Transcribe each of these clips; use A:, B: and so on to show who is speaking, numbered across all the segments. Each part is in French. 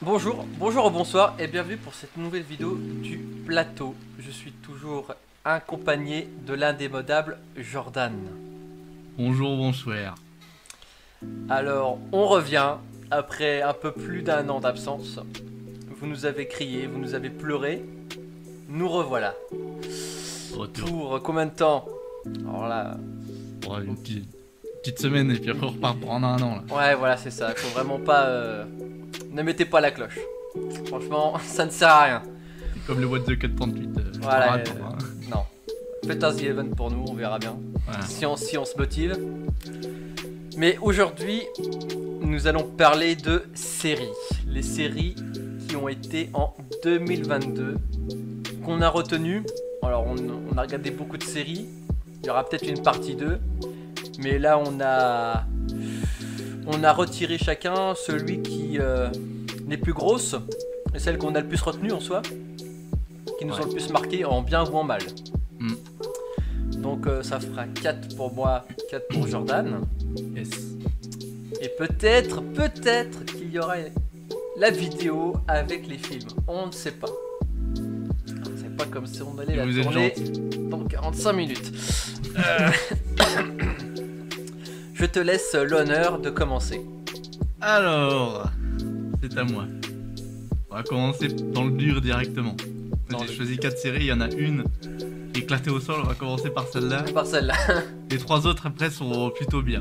A: Bonjour, bonjour ou bonsoir et bienvenue pour cette nouvelle vidéo du plateau. Je suis toujours accompagné de l'indémodable Jordan.
B: Bonjour, bonsoir.
A: Alors, on revient après un peu plus d'un an d'absence. Vous nous avez crié, vous nous avez pleuré. Nous revoilà.
B: Retour.
A: Pour combien de temps Alors là,
B: Pour une petite, petite semaine et puis après on repart pour un an, un an là.
A: ouais, voilà, c'est ça. Faut vraiment pas. euh, Ne mettez pas la cloche. Franchement, ça ne sert à rien.
B: C'est comme le What the Cut 38. euh,
A: Voilà,
B: on
A: euh,
B: attend, hein.
A: Non. Faites un The Eleven pour nous, on verra bien.
B: Voilà.
A: si on, si on se motive. Mais aujourd'hui, nous allons parler de séries. Les séries qui ont été en 2022, qu'on a retenues. Alors, on, on a regardé beaucoup de séries. Il y aura peut-être une partie 2. Mais là, on a, on a retiré chacun celui qui euh, n'est plus grosse et celle qu'on a le plus retenue en soi, qui nous
B: Ouais.
A: ont le plus marqué en bien ou en mal.
B: Mm.
A: Donc euh, ça fera 4 pour moi, 4 pour Jordan.
B: Yes.
A: Et peut-être, peut-être qu'il y aura la vidéo avec les films. On ne sait pas. C'est pas comme si on allait
B: Et
A: la
B: vous êtes
A: tourner dans 45 minutes. Euh, Je te laisse l'honneur de commencer.
B: Alors, c'est à moi. On va commencer dans le dur directement.
A: Dans
B: J'ai
A: le
B: choisi 4 séries, il y en a une éclatée au sol, on va commencer par celle-là.
A: Par celle-là,
B: Les trois autres après sont plutôt bien.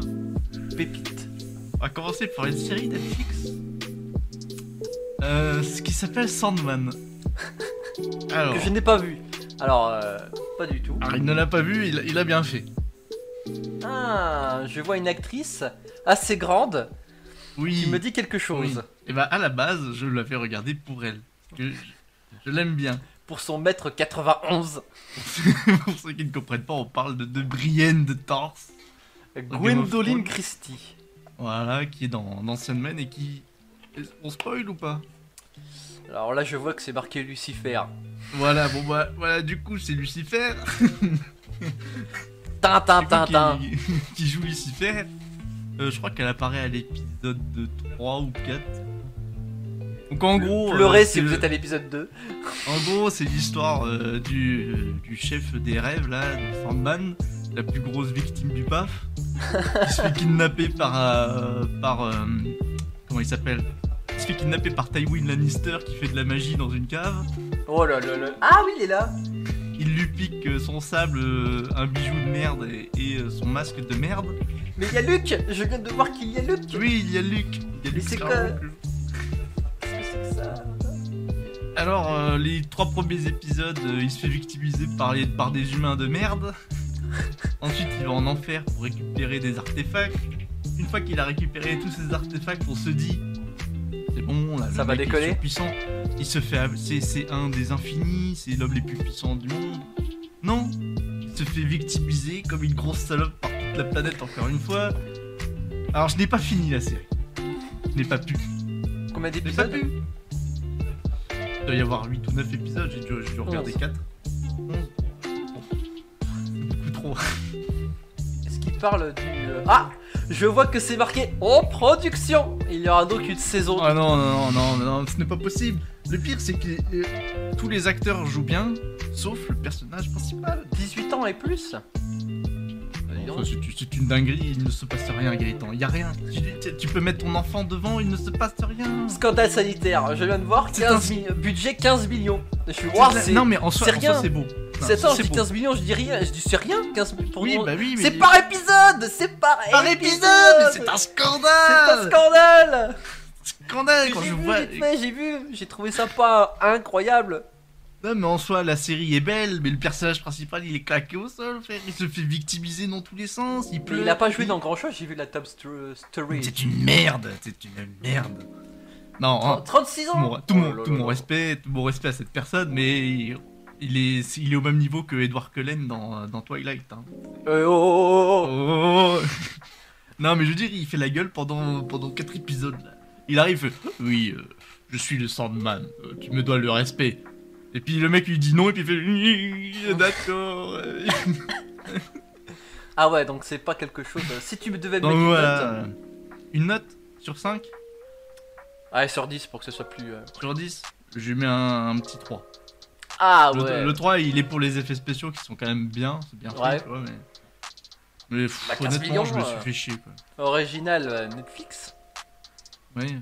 A: pépite.
B: On va commencer par une série Netflix. Euh, ce qui s'appelle Sandman. Alors,
A: Que je n'ai pas vu. Alors, euh, pas du tout.
B: alors, il ne l'a pas vu, il- il a bien fait.
A: Ah, je vois une actrice assez grande
B: Oui.
A: qui me dit quelque chose.
B: Et bah à la base, je l'avais regardé pour elle. Parce que je, je l'aime bien.
A: Pour son maître 91,
B: pour ceux qui ne comprennent pas, on parle de, de Brienne de Torse.
A: Gwendoline
B: Thrones.
A: Christie.
B: Voilà, qui est dans, dans Sandman et qui... On spoil ou pas
A: Alors là, je vois que c'est marqué Lucifer.
B: Voilà, bon bah voilà, du coup c'est Lucifer.
A: Tintin,
B: du coup,
A: tintin.
B: Qui, qui joue Lucifer. Euh, je crois qu'elle apparaît à l'épisode de 3 ou 4. Donc en gros...
A: Pleurez
B: euh,
A: si
B: c'est
A: vous
B: le-
A: êtes à l'épisode 2.
B: En gros, c'est l'histoire euh, du, euh, du chef des rêves, là, de Sandman, la plus grosse victime du PAF, qui se fait kidnapper par. euh, par euh, comment il s'appelle Il se fait kidnapper par Tywin Lannister qui fait de la magie dans une cave.
A: Oh là là là. Ah oui, il est là.
B: Il lui pique euh, son sable, euh, un bijou de merde et, et, euh, son masque de merde.
A: Mais il y a Luc. Je viens de voir qu'il y a Luc.
B: Oui, il y a Luke Il y a
A: Mais
B: Luke
A: c'est Qu'est-ce
B: Skywalker.
A: que c'est que ça
B: Alors, euh, les trois premiers épisodes, euh, il se fait victimiser par, les- par des humains de merde. Ensuite, il va en enfer pour récupérer des artefacts. Une fois qu'il a récupéré tous ces artefacts, on se dit c'est bon, là,
A: Ça
B: le
A: va
B: mec est
A: décoller
B: surpuissant. Il se fait, av- c'est, c'est un des infinis, c'est l'homme les plus puissants du monde. Non, il se fait victimiser comme une grosse salope par toute la planète encore une fois. Alors, je n'ai pas fini la série. Je n'ai pas pu.
A: Combien
B: J'ai pas pu.
A: d'épisodes
B: Il doit y avoir 8 ou 9 épisodes, j'ai dû, j'ai dû regarder
A: Onze.
B: 4. 11. Beaucoup trop.
A: Est-ce qu'il parle du. euh, Ah Je vois que c'est marqué en production. Il y aura donc une saison.
B: Ah non, non, non, non, non, ce n'est pas possible. Le pire, c'est que euh, tous les acteurs jouent bien, sauf le personnage principal.
A: 18 ans et plus dis donc.
B: Enfin, c'est, c'est une dinguerie, il ne se passe rien, Gaëtan. Il y a rien. Tu- Tu, tu peux mettre ton enfant devant, il ne se passe rien.
A: Scandale sanitaire, je viens de voir,
B: C'est Ah,
A: 15 mi- budget 15 millions. Je suis
B: C'est
A: wow,
B: de la-
A: c'est.
B: non, mais en soi,
A: c'est
B: en soi,
A: rien.
B: c'est beau. Non,
A: C'est ça, je
B: c'est
A: dis
B: beau.
A: 15 millions, je dis rien, je dis c'est rien, 15 millions pour
B: Oui,
A: moi.
B: bah oui, mais.
A: C'est par épisode C'est par,
B: par épisode C'est un
A: C'est un
B: scandale
A: scandale
B: Scandale
A: J'ai
B: quand je
A: vu,
B: vois.
A: vite fait, j'ai vu, j'ai trouvé ça pas incroyable.
B: Non mais en soi la série est belle mais le personnage principal il est claqué au sol frère il se fait victimiser dans tous les sens il
A: Mais
B: pleure
A: il a pas joué
B: il-
A: dans grand chose, j'ai vu la Top Sto- Story.
B: c'est une merde c'est une merde non hein,
A: 36
B: tout,
A: ans
B: mon, tout
A: Oh
B: mon,
A: là
B: tout
A: là
B: mon
A: là.
B: respect tout mon respect à cette personne mais il, il est il est au même niveau que Edward Cullen dans, dans Twilight hein.
A: Euh, oh, oh, oh, oh.
B: Oh. non, mais je veux dire, il fait la gueule pendant, pendant 4 épisodes. là. Il arrive, il fait, oui, euh, je suis le Sandman, euh, tu me dois le respect. Et puis le mec lui dit non, et puis il fait, d'accord.
A: Ah ouais, donc c'est pas euh, quelque chose. Si tu me devais mettre
B: Donc
A: une
B: voilà.
A: note,
B: Une note sur 5
A: Allez, sur 10 pour que ce soit plus. euh,
B: Sur 10, je lui mets un, un petit 3.
A: Ah
B: le,
A: ouais.
B: le 3, il est pour les effets spéciaux qui sont quand même bien, c'est bien fait,
A: Ouais.
B: tu vois, mais. Mais pff,
A: Bah, 15
B: honnêtement,
A: millions,
B: je me
A: euh.
B: suis fait chier, quoi.
A: Original euh, Netflix.
B: Oui.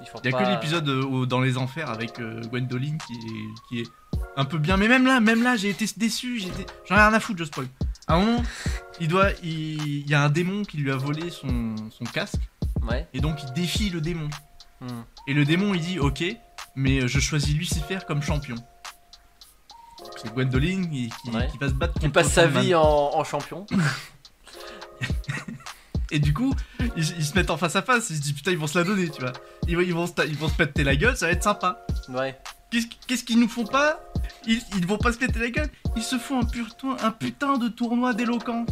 A: Ils font
B: Il y a
A: pas-
B: que l'épisode euh, au- dans les enfers avec euh, Gwendoline qui est, qui est un peu bien. Mais même là, même là, j'ai été déçu. j'ai été- J'en ai rien à foutre, je spoil. À un moment, il doit, il, il y a un démon qui lui a volé son, son casque
A: Ouais.
B: et donc il défie le démon.
A: Hmm.
B: Et le démon, il dit OK, mais euh, je choisis Lucifer comme champion. C'est Gwendoline qui, qui-
A: Ouais.
B: qui va se battre
A: Qui
B: contre
A: passe sa
B: Sandman.
A: vie hein. en, en champion.
B: Et du coup, ils, ils se mettent en face à face. Ils se disent putain, ils vont se la donner, tu vois. Ils, vont- ils vont se, ta- ils vont se péter la gueule, ça va être sympa.
A: ouais.
B: Qu'est-ce qu'est-ce qu'ils nous font pas ils, ils vont pas se péter la gueule Ils se font un putain, un putain de tournoi d'éloquence.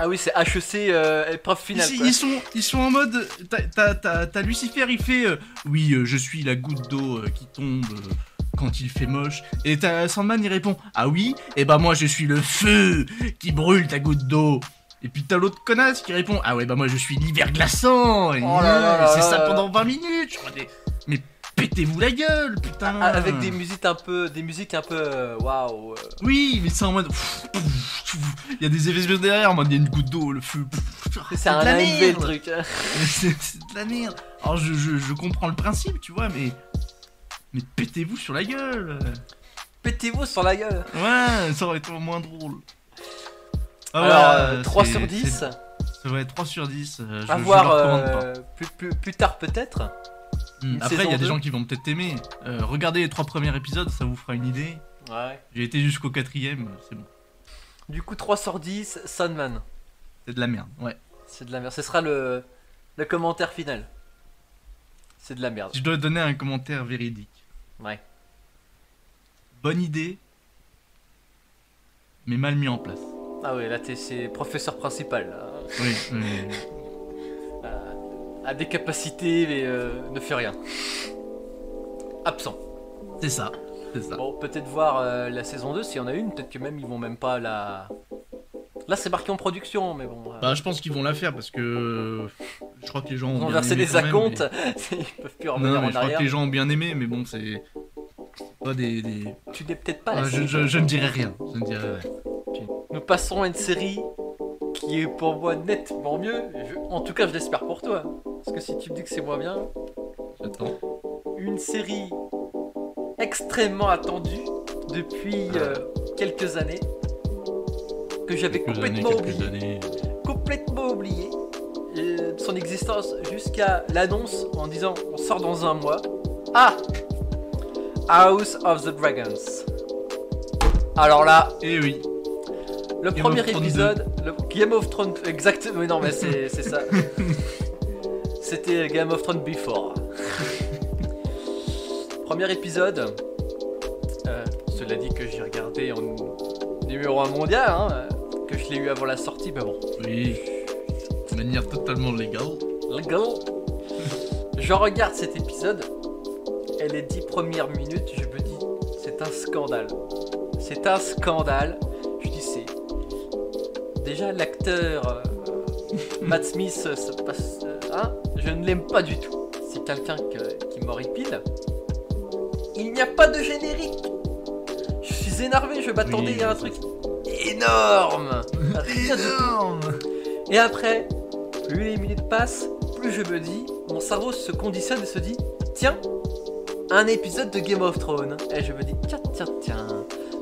A: Ah oui, c'est HEC euh, épreuve
B: Ils,
A: finale.
B: ils
A: quoi.
B: sont, ils sont en mode. t'as- T'as t'as- t'as Lucifer, il fait. euh, oui, euh, je suis la goutte d'eau euh, qui tombe euh, quand il fait moche. Et t'as Sandman, il répond. Ah oui Et bah moi, je suis le feu qui brûle ta goutte d'eau. Et puis t'as l'autre connasse qui répond. Ah ouais, bah moi, je suis l'hiver glaçant. Et
A: Oh là là
B: euh,
A: là
B: c'est
A: là
B: ça
A: là.
B: pendant 20 minutes. Je crois des- Mais pétez-vous la gueule, putain.
A: Ah, Avec des musiques un peu. Des musiques un peu. euh, Waouh. euh,
B: Oui, mais c'est en mode. Il y a des effets spéciaux derrière, en mode il y a une goutte d'eau, le feu.
A: C'est un
B: Ah, de la
A: AMV le
B: merde.
A: truc. hein.
B: C'est c'est de la merde. Alors je, je- je comprends le principe, tu vois, mais. Mais pétez-vous sur la gueule.
A: Pétez-vous sur la gueule.
B: Ouais, ça aurait été au moins drôle. Ah
A: Alors,
B: voilà,
A: euh, 3
B: c'est-
A: sur
B: c'est-
A: 10.
B: C'est vrai, 3 sur 10. euh, Je,
A: À
B: je
A: voir
B: le recommande
A: euh, plus, plus, plus tard peut-être.
B: pas. Hmm,
A: une
B: Après, il y
A: saison
B: a des
A: deux.
B: gens qui vont peut-être t'aimer. Euh, regardez les 3 premiers épisodes, ça vous fera une idée.
A: Ouais.
B: J'ai été jusqu'au quatrième, c'est bon.
A: Du coup 3 sur 10, Sandman.
B: C'est de la merde, ouais.
A: C'est de la merde. Ce sera le, le commentaire final. C'est de la merde.
B: Je dois donner un commentaire véridique.
A: Ouais.
B: Bonne idée, mais mal mis en place.
A: Ah ouais, là t'es c'est professeur principal. là.
B: Oui, oui.
A: A des capacités mais euh, ne fait rien. Absent.
B: c'est ça. C'est ça.
A: Bon, peut-être voir euh, la saison 2 s'il y en a une. Peut-être que même ils vont même pas la. Là c'est marqué en production, mais bon. euh,
B: Bah, je pense qu'ils vont la faire parce que euh, je crois que les gens ont
A: ils ont
B: bien
A: versé
B: aimé
A: les
B: quand même,
A: acomptes.
B: mais-
A: Ils peuvent plus
B: Non,
A: revenir
B: mais je
A: en
B: crois
A: arrière.
B: que les gens ont bien aimé, mais bon, c'est pas des. des-
A: Tu n'es peut-être pas la
B: Ouais, Ah, je,
A: saison
B: je- je ne dirai rien. Je ne dirai rien.
A: Nous passerons à une série qui est pour moi nettement mieux. Je- en tout cas, je l'espère pour toi. Parce que si tu me dis que c'est moins bien,
B: J'attends.
A: une série extrêmement attendue depuis euh, quelques années que j'avais
B: Quelques années,
A: complètement
B: quelques
A: oublié,
B: années.
A: complètement oublié euh, son existence jusqu'à l'annonce en disant on sort dans un mois. Ah, House of the Dragons. Alors là,
B: Et Eh oui.
A: le
B: Game
A: premier
B: of Thrones
A: épisode, le Game of Thrones, exactement, mais non, mais c'est c'est ça. C'était Game of Thrones Before. premier épisode, euh, cela dit que j'ai regardé en numéro 1 mondial, hein, euh, que je l'ai eu avant la sortie, mais bon,
B: Oui. De manière totalement légale.
A: legal. Je regarde cet épisode et les 10 premières minutes, je me dis, c'est un scandale. C'est un scandale. Je dis, c'est. Déjà, l'acteur euh, Matt Smith, euh, ça passe. euh, hein, je ne l'aime pas du tout. C'est quelqu'un que- qui m'horripile. Il n'y a pas de générique. Je suis énervé, je m'attendais
B: Oui,
A: à un
B: ça-
A: truc énorme. Rien du tout.
B: Énorme
A: Et après, plus les minutes passent, plus je me dis, mon cerveau se conditionne et se dit, tiens, un épisode de Game of Thrones. Et je me dis, tiens, tiens, tiens.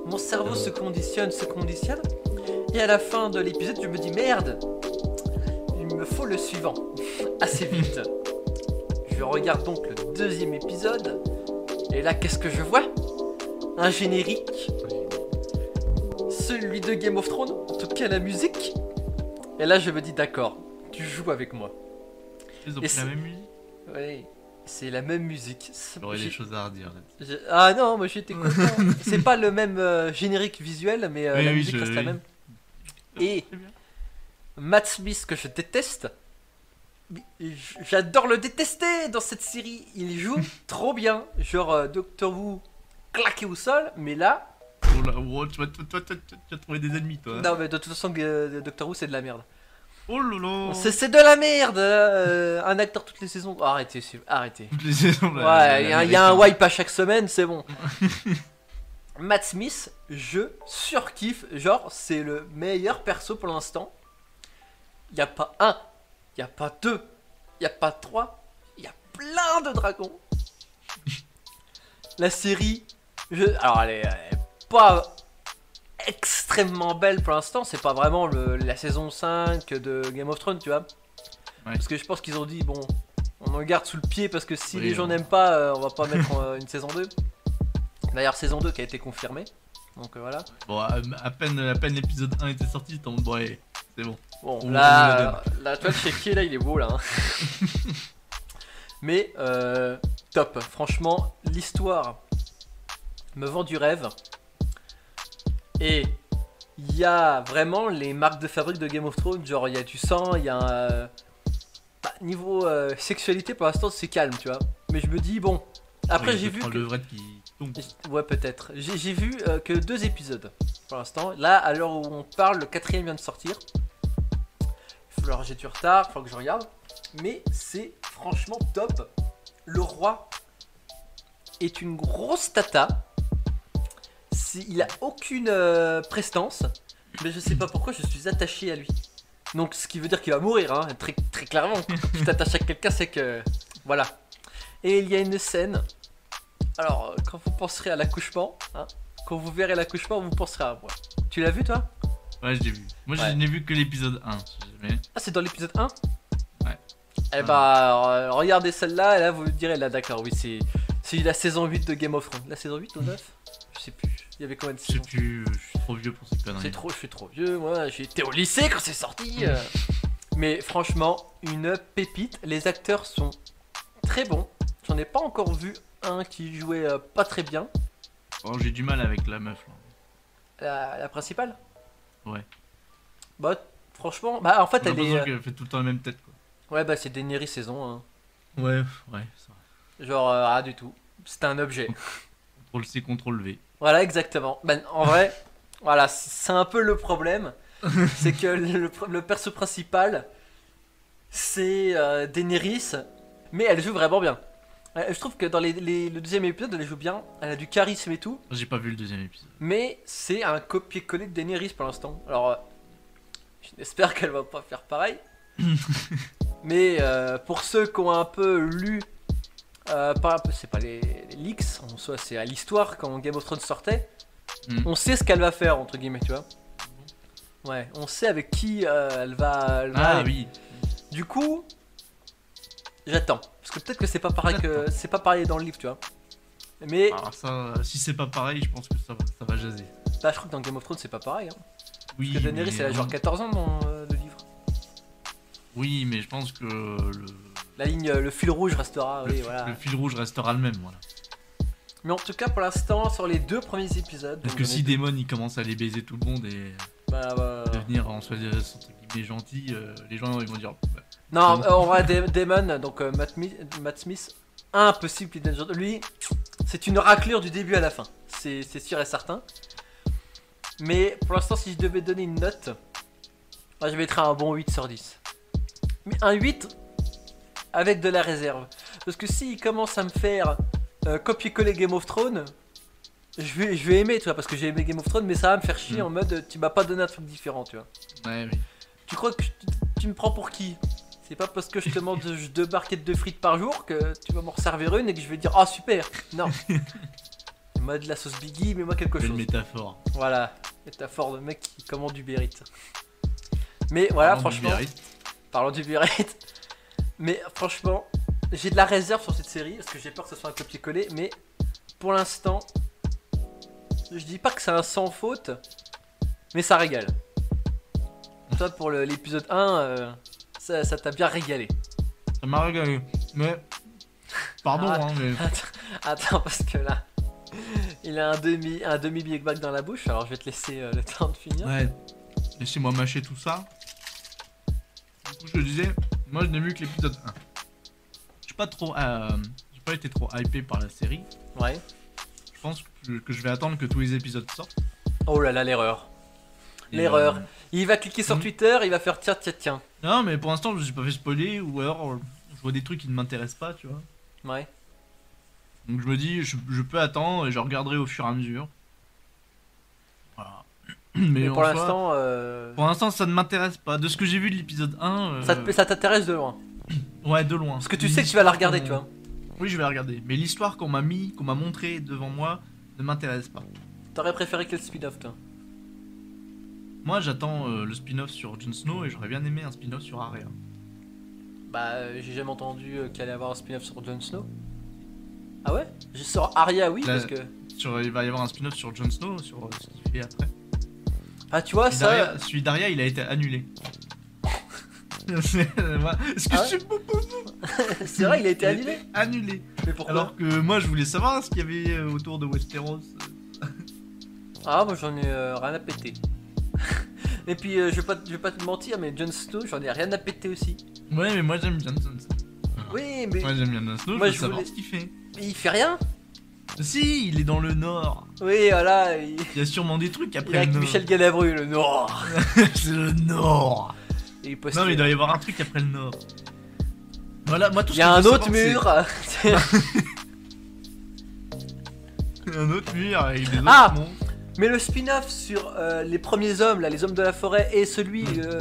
A: Mon cerveau se conditionne, se conditionne. Et à la fin de l'épisode, je me dis, merde, il me faut le suivant. Assez vite. je regarde donc le deuxième épisode. Et là, qu'est-ce que je vois Un générique. Celui de Game of Thrones, en tout cas la musique. Et là, je me dis, d'accord, tu joues avec moi.
B: Ils ont
A: Et
B: pris la
A: c'est-
B: même musique
A: Oui, c'est la même musique. C'est-
B: J'aurais
A: j'ai-
B: des choses à redire là
A: j'ai- Ah non, moi j'étais content. c'est pas le même euh, générique visuel, mais euh,
B: Oui,
A: la
B: oui,
A: musique
B: je-
A: reste la
B: oui.
A: même. Et
B: Très bien.
A: Matt Smith, que je déteste, mais j- j'adore le détester dans cette série. Il joue trop bien. Genre euh, Doctor Who claqué au sol, mais là,
B: Oh là, wow, tu, vas, toi, toi, toi, tu- tu as trouvé des ennemis, toi. hein.
A: non, mais de toute façon, euh, Doctor Who c'est de la merde.
B: Oh lolo
A: C'est c'est de la merde euh, Un acteur toutes les saisons. Arrêtez, s'il- arrêtez.
B: Toutes les saisons
A: Ouais,
B: là.
A: il y a- il y, a un wipe à chaque semaine, c'est bon. Matt Smith, je surkiffe. Genre, c'est le meilleur perso pour l'instant. Il n'y a pas un, il n'y a pas deux, il n'y a pas trois, il y a plein de dragons. La série, je... alors elle est, elle est pas extrêmement belle pour l'instant. C'est pas vraiment le- la saison 5 de Game of Thrones, tu vois.
B: Ouais.
A: Parce que je pense qu'ils ont dit, bon, on en garde sous le pied parce que si
B: Oui,
A: les gens
B: on-
A: n'aiment pas, euh, on va pas mettre euh, une saison 2. D'ailleurs, saison 2 qui a été confirmée. Donc euh, voilà.
B: Bon, à, à peine, à peine l'épisode 1 était sorti, t'en bon, allez, c'est bon.
A: Bon,
B: On- on
A: là,
B: la
A: euh, là, toi, le chéquier, là, il est beau, là. hein. Mais, euh, top. Franchement, l'histoire me vend du rêve. Et il y a vraiment les marques de fabrique de Game of Thrones. Genre, il y a du sang, il y a... un- euh, bah, niveau euh, sexualité, pour l'instant, c'est calme, tu vois. Mais je me dis, bon... Après,
B: Oui,
A: j'ai
B: ce
A: vu
B: sera
A: que...
B: le vrai qui tombe.
A: Ouais, peut-être. J'ai j'ai vu euh, que deux épisodes pour l'instant. Là, à l'heure où on parle, le quatrième vient de sortir. Alors, j'ai du retard, faut que je regarde. Mais c'est franchement top. Le roi est une grosse tata. Si- Il a aucune euh, prestance. Mais je sais pas pourquoi je suis attaché à lui. Donc, ce qui veut dire qu'il va mourir, hein, très, très clairement. Quand tu t'attaches à quelqu'un, c'est que. Voilà. Et il y a une scène alors, euh, quand vous penserez à l'accouchement, hein, quand vous verrez l'accouchement, vous penserez à moi. Tu l'as vu toi
B: Ouais, je l'ai vu. Moi,
A: Ouais.
B: je n'ai vu que l'épisode 1. Mais...
A: Ah, c'est dans l'épisode 1
B: Ouais.
A: Eh bah, euh, regardez celle-là, et là vous me direz, là d'accord, oui, c'est c'est la saison 8 de Game of Thrones. La saison 8 ou 9 Je sais plus. Il y avait combien de
B: Je sais
A: saisons
B: plus, euh, je suis trop vieux pour ces conneries.
A: C'est trop, je suis trop vieux, moi j'étais au lycée quand c'est sorti. euh. Mais franchement, une pépite. Les acteurs sont très bons. J'en ai pas encore vu un qui jouait euh, pas très bien.
B: Bon, Oh, j'ai du mal avec la meuf là.
A: Ah, La, la principale
B: Ouais.
A: Bah, franchement, bah en fait,
B: J'ai
A: elle est.
B: l'impression
A: euh,
B: qu'elle fait tout le temps la même tête quoi.
A: Ouais, bah c'est Daenerys saison 1.
B: Ouais, ouais, ça.
A: Genre, euh, ah, du tout. C'est un objet.
B: Contrôle C, contrôle V.
A: voilà, exactement. Ben, en vrai, voilà, c- c'est un peu le problème. c'est que le, pr- le perso principal, c'est euh, Daenerys, mais elle joue vraiment bien. Euh, Je trouve que dans les- les- le deuxième épisode, elle joue bien. Elle a du charisme et tout.
B: J'ai pas vu le deuxième épisode.
A: Mais c'est un copier-coller de Daenerys pour l'instant. Alors, euh, j'espère qu'elle va pas faire pareil. Mais euh, pour ceux qui ont un peu lu, euh, pas- c'est pas les, les leaks, en soi, c'est à l'histoire quand Game of Thrones sortait,
B: Mm.
A: on sait ce qu'elle va faire, entre guillemets, tu vois. Ouais, on sait avec qui euh, elle va. elle va
B: Ah
A: aller.
B: oui,
A: Du coup, j'attends. Parce que peut-être que c'est pas pareil que c'est pas pareil dans le livre, tu vois. Mais
B: alors Ah, ça, si c'est pas pareil, je pense que ça, va- ça va jaser.
A: bah, je crois que dans Game of Thrones c'est pas pareil. hein.
B: Oui,
A: Parce que Daenerys,
B: mais-
A: elle a genre 14 ans dans euh, le livre.
B: Oui, mais je pense que le,
A: La ligne, euh, le fil rouge restera,
B: le
A: oui,
B: fi-
A: voilà.
B: le fil rouge restera le même. Voilà.
A: Mais en tout cas, pour l'instant, sur les deux premiers épisodes.
B: Parce
A: donc
B: que
A: j'en ai
B: si
A: deux-
B: Damon il commence à les baiser tout le monde et
A: bah, bah,
B: devenir en soi euh, entre guillemets gentil, euh, les gens ils vont dire bah,
A: Non, euh, on va Dam- Damon, donc euh, Matt, Mi- Matt Smith, impossible qu'il devienne gentil. Lui, c'est une raclure du début à la fin, c'est c'est sûr et certain. Mais pour l'instant, si je devais donner une note, moi, je mettrais un bon 8 sur 10. Mais un 8 avec de la réserve. Parce que s'il commence à me faire euh, copier-coller Game of Thrones, je vais, je vais aimer, tu vois, parce que j'ai aimé Game of Thrones, mais ça va me faire chier
B: Mm.
A: en mode tu m'as pas donné un truc différent, tu vois.
B: ouais, oui.
A: Tu crois que tu, tu me prends pour qui C'est pas parce que je te demande de- deux barquettes de frites par jour que tu vas m'en servir une et que je vais dire ah super Non Moi de la sauce Biggie, mais moi quelque
B: belle
A: chose.
B: métaphore.
A: Voilà, métaphore de mec qui commande du bérite. Mais voilà,
B: Parlant du
A: franchement,
B: Biarritz,
A: parlons du bérite. Mais franchement, j'ai de la réserve sur cette série parce que j'ai peur que ce soit un copier-coller. Mais pour l'instant, je dis pas que c'est un sans faute, mais ça régale. Toi, pour le- l'épisode 1, euh, ça ça t'a bien régalé.
B: ça m'a régalé. Mais pardon,
A: Ah.
B: hein, mais
A: Attends, attends, parce que là, il a un demi, un demi Big Mac dans la bouche. Alors je vais te laisser euh, le temps de finir.
B: Ouais, laissez-moi mâcher tout ça. Du coup, je le disais, moi je n'ai vu que l'épisode 1. Je suis pas trop. euh, J'ai pas été trop hypé par la série.
A: Ouais.
B: Je pense que, que je vais attendre que tous les épisodes sortent.
A: Oh là là, l'erreur.
B: Et,
A: L'erreur.
B: euh,
A: Il va cliquer sur
B: Mhm.
A: Twitter, il va faire tiens, tiens, tiens.
B: Non, mais pour l'instant, je me suis pas fait spoiler ou alors euh, je vois des trucs qui ne m'intéressent pas, tu vois.
A: Ouais.
B: Donc je me dis, je, je peux attendre et je regarderai au fur et à mesure. Voilà. Mais,
A: Mais
B: en
A: pour
B: soi,
A: l'instant, euh,
B: pour l'instant, ça ne m'intéresse pas. De ce que j'ai vu de l'épisode 1, euh,
A: ça te- ça t'intéresse de loin.
B: ouais, de loin.
A: Parce que tu sais que tu vas la regarder, tu
B: L'histoire
A: vois.
B: qu'on- Oui, je vais la regarder. Mais l'histoire qu'on m'a mis, qu'on m'a montré devant moi, ne m'intéresse pas.
A: T'aurais préféré quel spin-off, toi
B: Moi, j'attends euh, le spin-off sur Jon Snow et j'aurais bien aimé un spin-off sur Arya.
A: Bah, euh, j'ai jamais entendu euh, qu'il allait y avoir un spin-off sur Jon Snow. Ah ouais Je sors Arya, oui,
B: La-
A: parce que.
B: Sur, il va y avoir un spin-off sur Jon Snow, sur euh, ce qu'il fait après.
A: Ah, tu vois,
B: Celui
A: ça.
B: d'Arya- Celui d'Arya, il a été annulé. C'est- voilà. Est-ce que
A: Ah ouais
B: c'est bon
A: C'est vrai, il a été annulé.
B: Annulé.
A: Mais pourquoi
B: Alors que moi, je voulais savoir ce qu'il y avait euh, autour de Westeros.
A: Ah, moi j'en ai euh, rien à péter. Et puis, euh, je, vais pas, te- je vais pas te mentir, mais Jon Snow, j'en ai rien à péter aussi.
B: Ouais, mais moi, j'aime bien Jon Snow.
A: Oui, mais
B: Moi, j'aime bien Jon Snow,
A: Moi,
B: je veux
A: je
B: savoir
A: voulais-
B: ce qu'il fait.
A: mais il fait rien.
B: Si, il est dans le Nord.
A: Oui, voilà, il,
B: Il y a sûrement des trucs
A: il est
B: après le
A: avec
B: Nord.
A: Michel Galabru, le noir.
B: c'est le Nord.
A: Et il poste.
B: Non, mais il doit y avoir un truc après le Nord. Voilà, moi, tout
A: il
B: ce
A: y a
B: que je
A: un
B: veux
A: autre
B: savoir, c'est-
A: mur.
B: Un autre mur avec des autres
A: Ah
B: monstres.
A: mais le spin-off sur euh, les premiers hommes, là, les hommes de la forêt, et celui.
B: Hmm.
A: euh,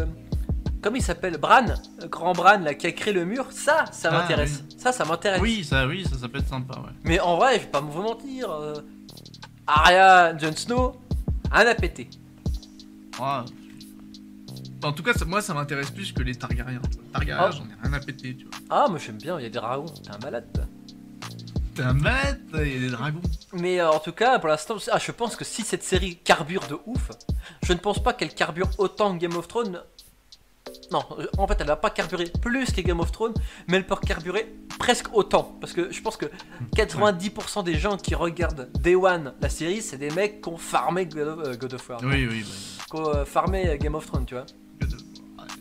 A: comment il s'appelle Bran, euh, grand Bran, là, qui a créé le mur, ça, ça
B: Ah,
A: m'intéresse. Ça, ça m'intéresse.
B: Oui, ça, oui, ça, ça peut être sympa, ouais.
A: Mais en vrai, je vais pas vous mentir. euh, Arya, Jon Snow, rien à péter.
B: Ah. En tout cas, ça- moi, ça m'intéresse plus que les Targaryens. tu vois. Targaryens,
A: Ah.
B: j'en ai rien à péter, tu vois.
A: Ah, moi j'aime bien, il y a des dragons, t'es un malade toi.
B: T'es un malade, il y a des dragons.
A: Mais euh, en tout cas, pour l'instant, ah, je pense que si cette série carbure de ouf, je ne pense pas qu'elle carbure autant que Game of Thrones. Non, euh, en fait, elle va pas carburer plus que Game of Thrones, mais elle peut carburer presque autant. Parce que je pense que 90% des gens qui regardent Day One, la série, c'est des mecs qui ont farmé God of, euh, God of War.
B: Oui, oui, bah,
A: Qui ont euh, farmé euh, Game of Thrones, tu vois.
B: que de-
A: Ouais,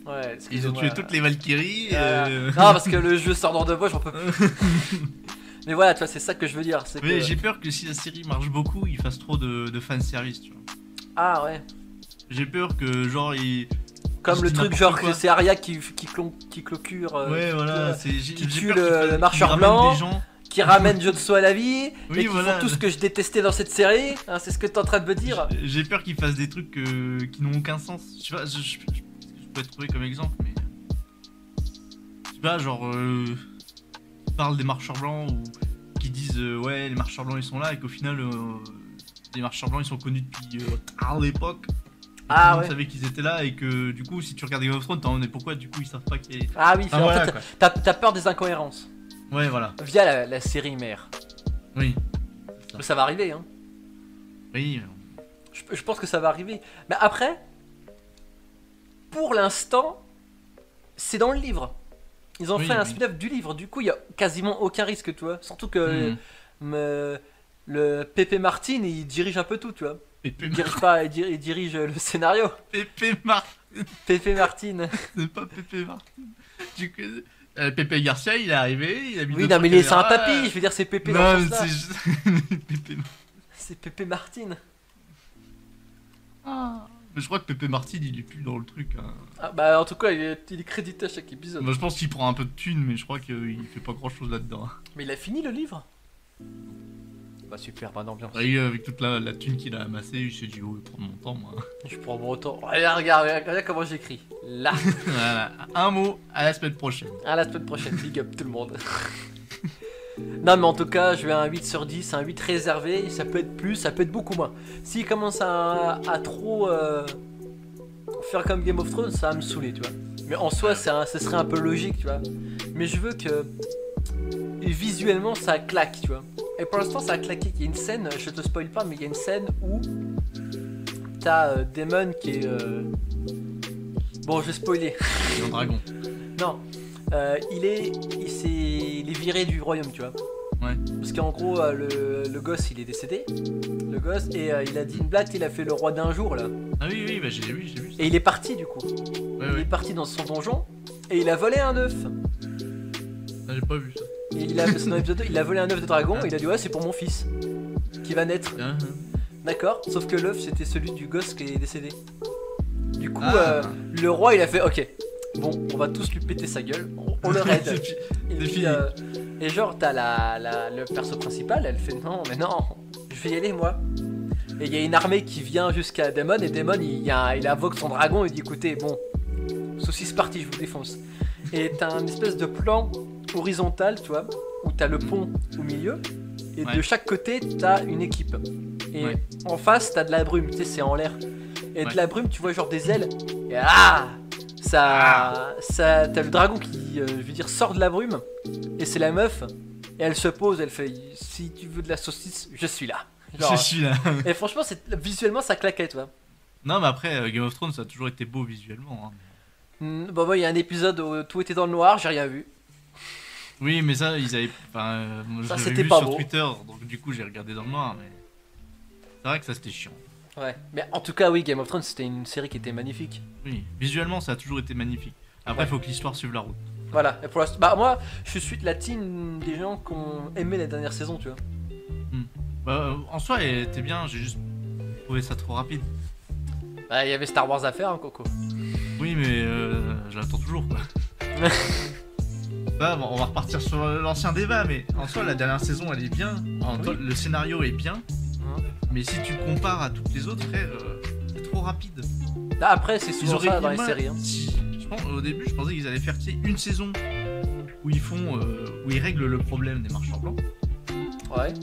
B: Ils ont
A: excusez-moi.
B: tué toutes les Valkyries.
A: Voilà.
B: euh,
A: Ah. Non, parce que le jeu sort dans deux mois, j'en peux plus. mais voilà, tu vois, c'est ça que je veux dire. c'est
B: Mais
A: que... euh,
B: j'ai peur que si la série marche beaucoup, ils fassent trop de, de fanservice, tu vois.
A: Ah ouais.
B: J'ai peur que, genre, ils.
A: Comme
B: Je
A: le
B: dis
A: truc
B: n'importe
A: genre
B: quoi.
A: que c'est Arya qui, qui, clon- qui clôture, euh,
B: ouais,
A: qui-
B: voilà,
A: qui-
B: c'est. J'ai
A: qui
B: j'ai
A: tue
B: peur
A: le-
B: qu'ils fassent-
A: le
B: qu'ils
A: marcheur
B: ramènent
A: blanc.
B: des gens.
A: qui ramène Jon Snow à la vie,
B: Oui,
A: et qui
B: voilà.
A: font tout ce que je détestais dans cette série, hein, c'est ce que t'es en train de me dire.
B: J'ai- J'ai peur qu'ils fassent des trucs euh, qui n'ont aucun sens. Je sais pas, je, je- je- je peux être trouvé comme exemple, mais. Je sais pas, genre. Euh, ils parlent des marcheurs blancs ou. Qui disent euh, ouais, les marcheurs blancs ils sont là et qu'au final. euh, les marcheurs blancs ils sont connus depuis euh, tard l'époque.
A: Ah
B: Tout le monde
A: ouais.
B: savait qu'ils étaient là et que du coup, si tu regardes Game of Thrones, t'en demandais pourquoi du coup ils savent pas qu'il y a.
A: Ah oui,
B: Ah,
A: en
B: voilà,
A: fait,
B: quoi.
A: t'as t'as peur des incohérences
B: Ouais, voilà.
A: via la, la série mère.
B: Oui.
A: Mais ça va arriver, hein.
B: Oui.
A: Je, je pense que ça va arriver. Mais après, pour l'instant, c'est dans le livre. Ils ont
B: Oui,
A: fait un
B: oui.
A: spin-off du livre, du coup, il y a quasiment aucun risque, tu vois. Surtout que
B: Hmm.
A: euh, le Pépé Martin, il dirige un peu tout, tu vois.
B: Pépé,
A: Il dirige pas, il dir- il dirige, euh, le scénario.
B: Pépé Mar-
A: Pépé Martin.
B: C'est pas Pépé Martin. Du coup, euh, Pépé Garcia, il est arrivé, il a mis
A: Oui,
B: deux,
A: non,
B: trois
A: mais il est- c'est un
B: caméras,
A: papy, je
B: euh,
A: veux dire, c'est Pépé dans
B: Non,
A: ce
B: mais
A: sens-là.
B: c'est juste- Pépé Martin.
A: C'est Pépé Martin.
B: Mais je crois que Pépé Martin, il est plus dans le truc. hein.
A: Ah, bah, en tout cas, il est, il est crédité à chaque épisode.
B: Moi, je pense qu'il prend un peu de thunes, mais je crois qu'il fait pas grand chose là-dedans.
A: Mais il a fini le livre Bah, super, bonne ambiance.
B: Après, avec toute la, la thune qu'il a amassée, il s'est dit, oh, je vais prendre mon temps, moi.
A: Je prends mon retour. Regarde, regarde, regarde, regarde comment j'écris. Là,
B: voilà. Un mot, à la semaine prochaine.
A: à la semaine prochaine, big up tout le monde. non, mais en tout cas, je vais à un 8 sur 10, un 8 réservé. Ça peut être plus, ça peut être beaucoup moins. S'il commence à, à trop euh, faire comme Game of Thrones, ça va me saouler, tu vois. Mais en soi, c'est un- ce serait un peu logique, tu vois. Mais je veux que visuellement, ça claque, tu vois. Et pour l'instant, ça a claqué. Il y a une scène, je te spoil pas, mais il y a une scène où t'as euh, Daemon qui est. euh, Bon, je vais spoiler.
B: C'est un dragon.
A: Non, euh, il est, il s'est, il est viré du royaume, tu vois.
B: Ouais.
A: Parce qu'en gros, euh, le, le gosse, il est décédé, le gosse, et euh, il a dit une blague, il a fait le roi d'un jour là,
B: Ah oui, oui, bah, j'ai vu, j'ai vu. ça.
A: et il est parti du coup.
B: Ah Ouais,
A: Il est
B: ouais,
A: parti dans son donjon et il a volé un œuf.
B: Ah, j'ai pas vu ça.
A: Et il a, c'est dans l'épisode 2, il a volé un œuf de dragon et il a dit ouais c'est pour mon fils qui va naître.
B: Hein, hein.
A: D'accord. Sauf que l'œuf c'était celui du gosse qui est décédé. Du coup,
B: Ah.
A: euh, le roi, il a fait Ok, bon, on va tous lui péter sa gueule, on, on le raid.
B: C'est fi-
A: et,
B: c'est
A: puis,
B: fini.
A: euh, et genre, t'as la, la- le perso principal, elle fait Non, mais non, je vais y aller moi. Et il y a une armée qui vient jusqu'à Daemon, et Daemon, il, il y a- il invoque son dragon, il dit Écoutez, bon, saucisse parti, je vous défonce. Et t'as un espèce de plan horizontal, tu vois, où t'as le pont au milieu, et de
B: Ouais.
A: chaque côté, t'as une équipe. Et
B: Ouais.
A: en face, t'as de la brume, tu sais, c'est en l'air. Et de
B: Ouais.
A: la brume, tu vois genre des ailes. Et ah Ça.
B: Ah.
A: ça t'as le dragon qui, euh, je veux dire, sort de la brume, et c'est la meuf, et elle se pose, elle fait Si tu veux de la saucisse, je suis là. Genre,
B: C'est celui-là.
A: et franchement, c'est- visuellement, ça claquait, tu vois.
B: Non, mais après, euh, Game of Thrones, ça a toujours été beau visuellement. hein.
A: Mm, Bon, bon, il y a un épisode où tout était dans le noir, j'ai rien vu.
B: Oui, mais ça, ils avaient. Enfin, euh, moi, je
A: Ça,
B: l'avais
A: c'était
B: vu
A: pas
B: sur
A: beau.
B: Twitter, donc du coup, j'ai regardé dans le noir. Mais c'est vrai que ça, c'était chiant.
A: Ouais. Mais en tout cas, oui, Game of Thrones, c'était une série qui était magnifique.
B: Oui, visuellement, ça a toujours été magnifique. Après,
A: Ouais.
B: faut que l'histoire suive la route.
A: Voilà. Et pour l'instant- bah, moi, je suis de la team des gens qui ont aimé la dernière saison, tu vois.
B: Bah, euh, en soi, elle était bien, j'ai juste trouvé ça trop rapide.
A: Bah, il y avait Star Wars à faire, hein, Coco.
B: Oui, mais euh, je l'attends toujours, quoi. Bah, bon, on va repartir sur euh, l'ancien débat, mais en soi, la dernière saison, elle est bien. En
A: Oui.
B: toi, Le scénario est bien,
A: Hein.
B: mais si tu compares à toutes les autres, frère, euh, c'est trop rapide.
A: Là, après, c'est souvent ça
B: mis
A: dans les
B: mal.
A: séries. hein.
B: Si- je pense- au début, je pensais qu'ils allaient faire tu sais, une saison où ils font, euh, où ils règlent le problème des marchands blancs.
A: Ouais.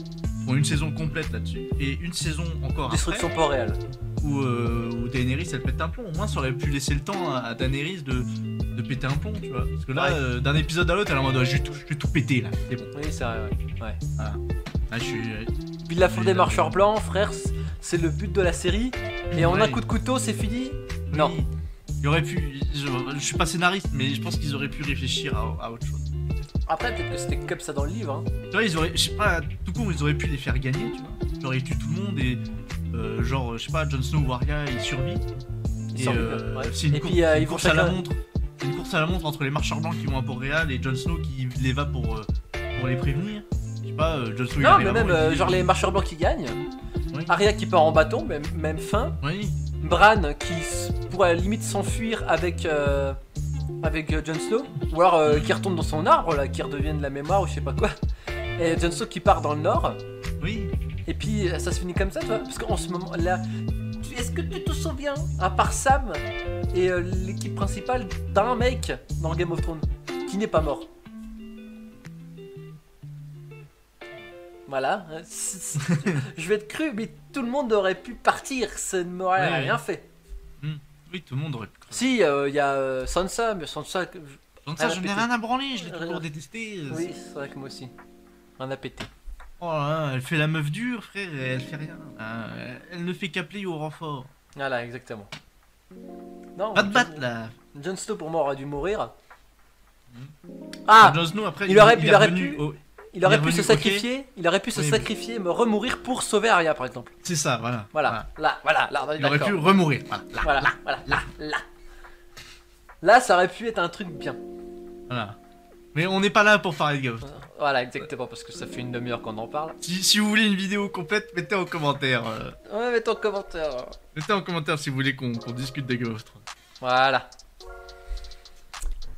B: Ils font une saison complète là-dessus et une saison encore
A: Destruction pas réelle.
B: après où, euh, où Daenerys elle pète un plomb. Au moins, ça aurait pu laisser le temps à, à Daenerys de, de péter un plomb, tu vois. Parce que là,
A: Ouais.
B: euh, d'un épisode à l'autre, elle est en mode, Ouais, je vais tout, je vais tout péter là. C'est bon.
A: Oui, c'est vrai, ouais.
B: Là, je suis. euh,
A: Puis la fin
B: Mais
A: des
B: là-
A: marcheurs blancs, frère, c- c'est le but de la série. Et en
B: ouais.
A: un coup de couteau, c'est fini.
B: Oui.
A: Non.
B: Il aurait pu. Je, je suis pas scénariste, mais je pense qu'ils auraient pu réfléchir à- à autre chose.
A: Après, peut-être que c'était comme ça dans le livre. Hein.
B: Tu vois, ils auraient, je sais pas, tout court, ils auraient pu les faire gagner, tu vois. Genre, ils tuent tout le monde et, euh, genre, je sais pas, Jon Snow ou Arya, il survit. Et,
A: survivent,
B: euh,
A: ouais.
B: c'est une,
A: Et
B: cour-
A: puis, euh,
B: une
A: ils vont
B: course à la
A: chacun-
B: montre. C'est une course à la montre entre les marcheurs blancs qui vont à Port-Réal et Jon Snow qui les va pour, euh, pour les prévenir. Je sais pas, euh, Jon Snow il
A: Non,
B: arrive
A: mais
B: avant,
A: même,
B: il
A: euh,
B: dit-
A: genre les marcheurs blancs qui gagnent.
B: Oui.
A: Arya qui part en bâton, même, même fin.
B: Oui,
A: Bran qui s- pourrait à la limite s'enfuir avec, euh, avec euh, Jon Snow. Ou alors euh, qui retombe dans son arbre, là, qui redevienne de la mémoire ou je sais pas quoi. Et Jon Snow qui part dans le nord.
B: oui.
A: Et puis ça se finit comme ça, tu vois. Parce qu'en ce moment là, tu- est-ce que tu te souviens, à part Sam et euh, l'équipe principale, d'un mec dans Game of Thrones qui n'est pas mort Voilà. hein, c- c- Je vais être cru, mais tout le monde aurait pu partir. Ça ne m'aurait
B: Ouais,
A: rien fait.
B: Oui, tout le monde aurait pu crever.
A: Si, il y a euh, Sansa, mais Sansa. que-
B: Donc ça,
A: Elle a
B: je n'ai
A: pété.
B: rien à branler, je l'ai
A: Rien.
B: toujours détesté. euh,
A: Ah, Oui, c'est vrai que moi aussi. On a pété.
B: Oh là là, elle fait la meuf dure, frère, et elle fait rien. Euh, elle ne fait qu'appeler au renfort.
A: Voilà, exactement. Non,
B: Va te
A: Jon-
B: battre là.
A: Jon Snow pour moi aurait dû mourir.
B: Ah,
A: Ah,
B: Jon Snow, après,
A: il aurait-
B: est
A: il aurait
B: revenu
A: pu-
B: au-
A: il aurait
B: il est
A: pu se
B: revenu,
A: sacrifier, il aurait pu se
B: Oui, mais-
A: sacrifier, me remourir pour sauver Arya par exemple.
B: C'est ça, voilà.
A: Voilà, là, voilà, là, on est
B: Il aurait
A: d'accord.
B: pu remourir. Voilà. là,
A: Voilà, voilà, là, là. Là, ça aurait pu être un truc bien.
B: voilà. Mais on n'est pas là pour parler de Game of Thrones.
A: Voilà, exactement, parce que ça fait une demi-heure qu'on en parle.
B: Si, si vous voulez une vidéo complète, mettez en commentaire. euh,
A: Ouais, mets ton commentaire. hein.
B: mettez en commentaire si vous voulez qu'on qu'on discute de Game of Thrones.
A: Voilà.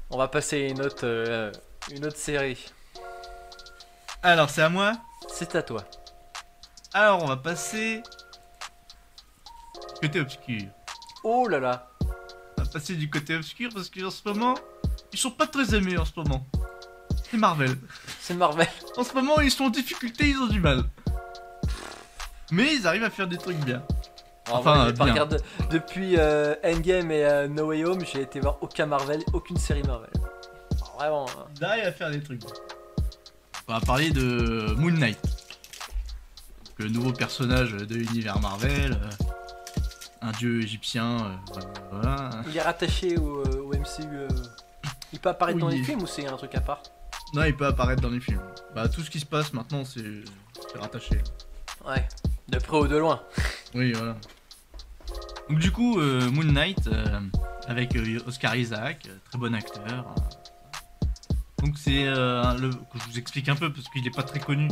A: On va passer à une autre, euh, une autre série.
B: Alors, c'est à moi.
A: C'est à toi.
B: Alors, on va passer. Côté obscur.
A: Oh là là.
B: On va passer du côté obscur parce qu'en ce moment, ils sont pas très aimés en ce moment. C'est Marvel.
A: C'est Marvel.
B: En ce moment, ils sont en difficulté, ils ont du mal. Mais ils arrivent à faire des trucs bien.
A: Alors,
B: Enfin,
A: moi, j'ai pas
B: bien.
A: regardé- depuis euh, Endgame et euh, No Way Home, j'ai été voir aucun Marvel, aucune série Marvel. Vraiment. hein.
B: Ils arrivent à faire des trucs. On va parler de Moon Knight. Le nouveau personnage de l'univers Marvel. euh, Un dieu égyptien. euh, Voilà.
A: Il est rattaché au, euh, au MCU. euh, Il peut apparaître dans
B: Oui.
A: les films ou c'est un truc à part
B: Non, il peut apparaître dans les films. Bah, tout ce qui se passe maintenant, c'est c'est rattaché.
A: Ouais. De près ou de loin.
B: Oui, voilà. Donc, du coup, euh, Moon Knight, euh, avec euh, Oscar Isaac, euh, très bon acteur. Donc, c'est. euh, le... que Je vous explique un peu parce qu'il n'est pas très connu.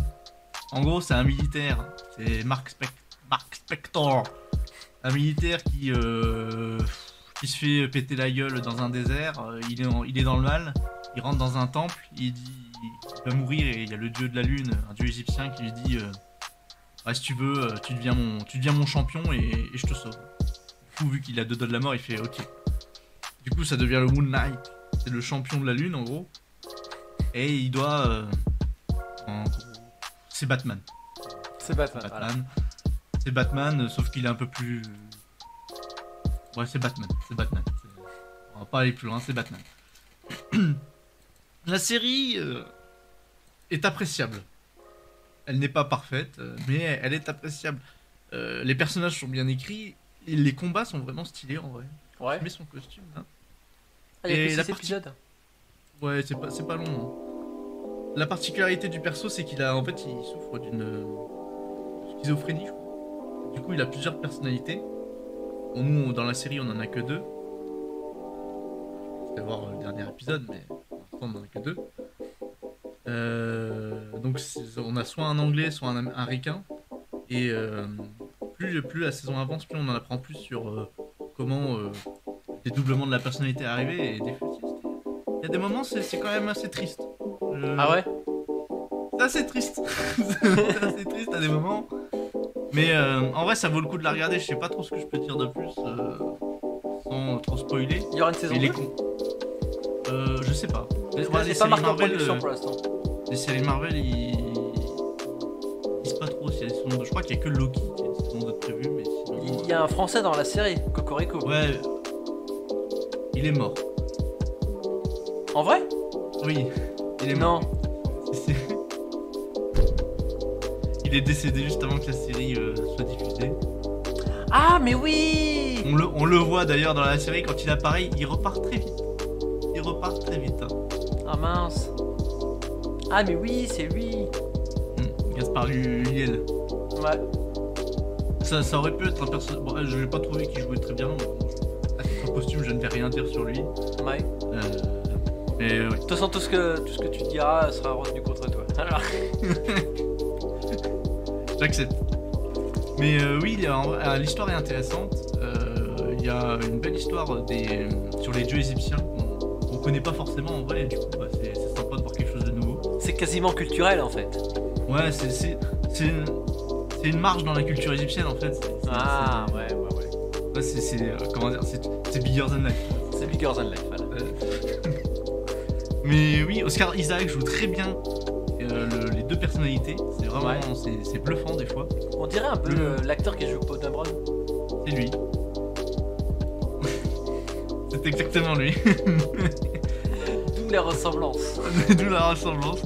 B: En gros, c'est un militaire. C'est Mark, Spec- Mark Spector. Un militaire qui. euh, il se fait péter la gueule dans un désert, euh, il, est en- il est dans le mal, il rentre dans un temple, il dit il va mourir et il y a le dieu de la lune, un dieu égyptien qui lui dit euh, Bah, si tu veux, euh, tu deviens mon, tu deviens mon champion et, et je te sauve. Du coup, vu qu'il a deux doigts de la mort, il fait ok. Du coup, ça devient le Moon Knight, c'est le champion de la lune en gros, et il doit. euh, en gros, c'est Batman.
A: C'est Batman. voilà.
B: Batman. C'est Batman, euh, sauf qu'il est un peu plus. Ouais, c'est Batman. C'est Batman. C'est- On va pas aller plus loin, c'est Batman. La série euh, est appréciable. Elle n'est pas parfaite, euh, mais elle est appréciable. Euh, les personnages sont bien écrits, et les combats sont vraiment stylés en vrai.
A: Ouais.
B: Mais son costume. hein.
A: Ah, il y a
B: Et
A: que six
B: la partie-
A: épisodes.
B: Ouais, c'est pas, c'est pas long. hein. La particularité du perso, c'est qu'il a, en fait, il souffre d'une euh, schizophrénie. je crois. Du coup, il a plusieurs personnalités. Bon, Nous, on- dans la série, on en a que deux. Je vais voir euh, le dernier épisode, mais pour l'instant, on en a que deux. Euh, donc, c'est- on a soit un anglais, soit un, Am- un ricain. Et euh, plus, plus la saison avance, plus on en apprend plus sur euh, comment euh, les doublements de la personnalité arrivaient. Et des fois, c'était- il y a des moments, c'est c'est quand même assez triste. Euh,
A: Ah ouais
B: C'est assez triste. c'est assez triste à des moments. Mais euh, en vrai, ça vaut le coup de la regarder. Je sais pas trop ce que je peux dire de plus euh, sans trop spoiler.
A: Il y aura une saison
B: Mais les
A: 2
B: cons. Euh, je sais pas. Les, ouais, les
A: C'est pas
B: séries
A: marqué en
B: Marvel,
A: production
B: euh,
A: pour l'instant.
B: les séries Marvel, ils ils disent pas trop s'il y a des saisons 2. Je crois qu'il y a que Loki qui a des saisons 2 de prévu, mais sinon,
A: Il y a un français dans la série, Cocorico.
B: euh, Ouais. Il est mort.
A: En vrai
B: Oui. Il est mort.
A: Non.
B: C'est- Il est décédé juste avant que la série euh, soit diffusée.
A: Ah, mais oui
B: On le, on le voit d'ailleurs dans la série, quand il apparaît, il repart très vite. Il repart très vite. hein.
A: Ah mince. Ah, mais oui, c'est lui.
B: Mm. Gaspard Huliel.
A: Ouais.
B: Ça, ça aurait pu être un personnage. Bon, je l'ai pas trouvé qu'il jouait très bien. donc, À titre costume, je ne vais rien dire sur lui.
A: Ouais. De
B: Euh, Mais ouais.
A: toute façon, tout ce que, tout ce que tu diras sera retenu contre toi. Alors,
B: J'accepte. Mais euh, oui, il y a- euh, l'histoire est intéressante. Euh, Il y a une belle histoire des, sur les dieux égyptiens qu'on qu'on connaît pas forcément en vrai. Du coup, bah, c'est c'est sympa de voir quelque chose de nouveau.
A: c'est quasiment culturel en fait.
B: Ouais, c'est- c'est c'est une, c'est une marge dans la culture égyptienne en fait. C'est- c'est-
A: Ah, ouais, ouais, ouais.
B: c'est- ouais, c'est- c'est euh, comment dire, c'est c'est bigger than life.
A: C'est bigger than life. voilà.
B: Mais oui, Oscar Isaac joue très bien euh, le- les deux personnalités. C'est vraiment
A: Ouais.
B: c'est- c'est bluffant des fois.
A: On dirait un peu
B: Le-
A: le- l'acteur qui joue Paul Dameron.
B: C'est lui. c'est exactement lui.
A: D'où la ressemblance.
B: D'où la ressemblance.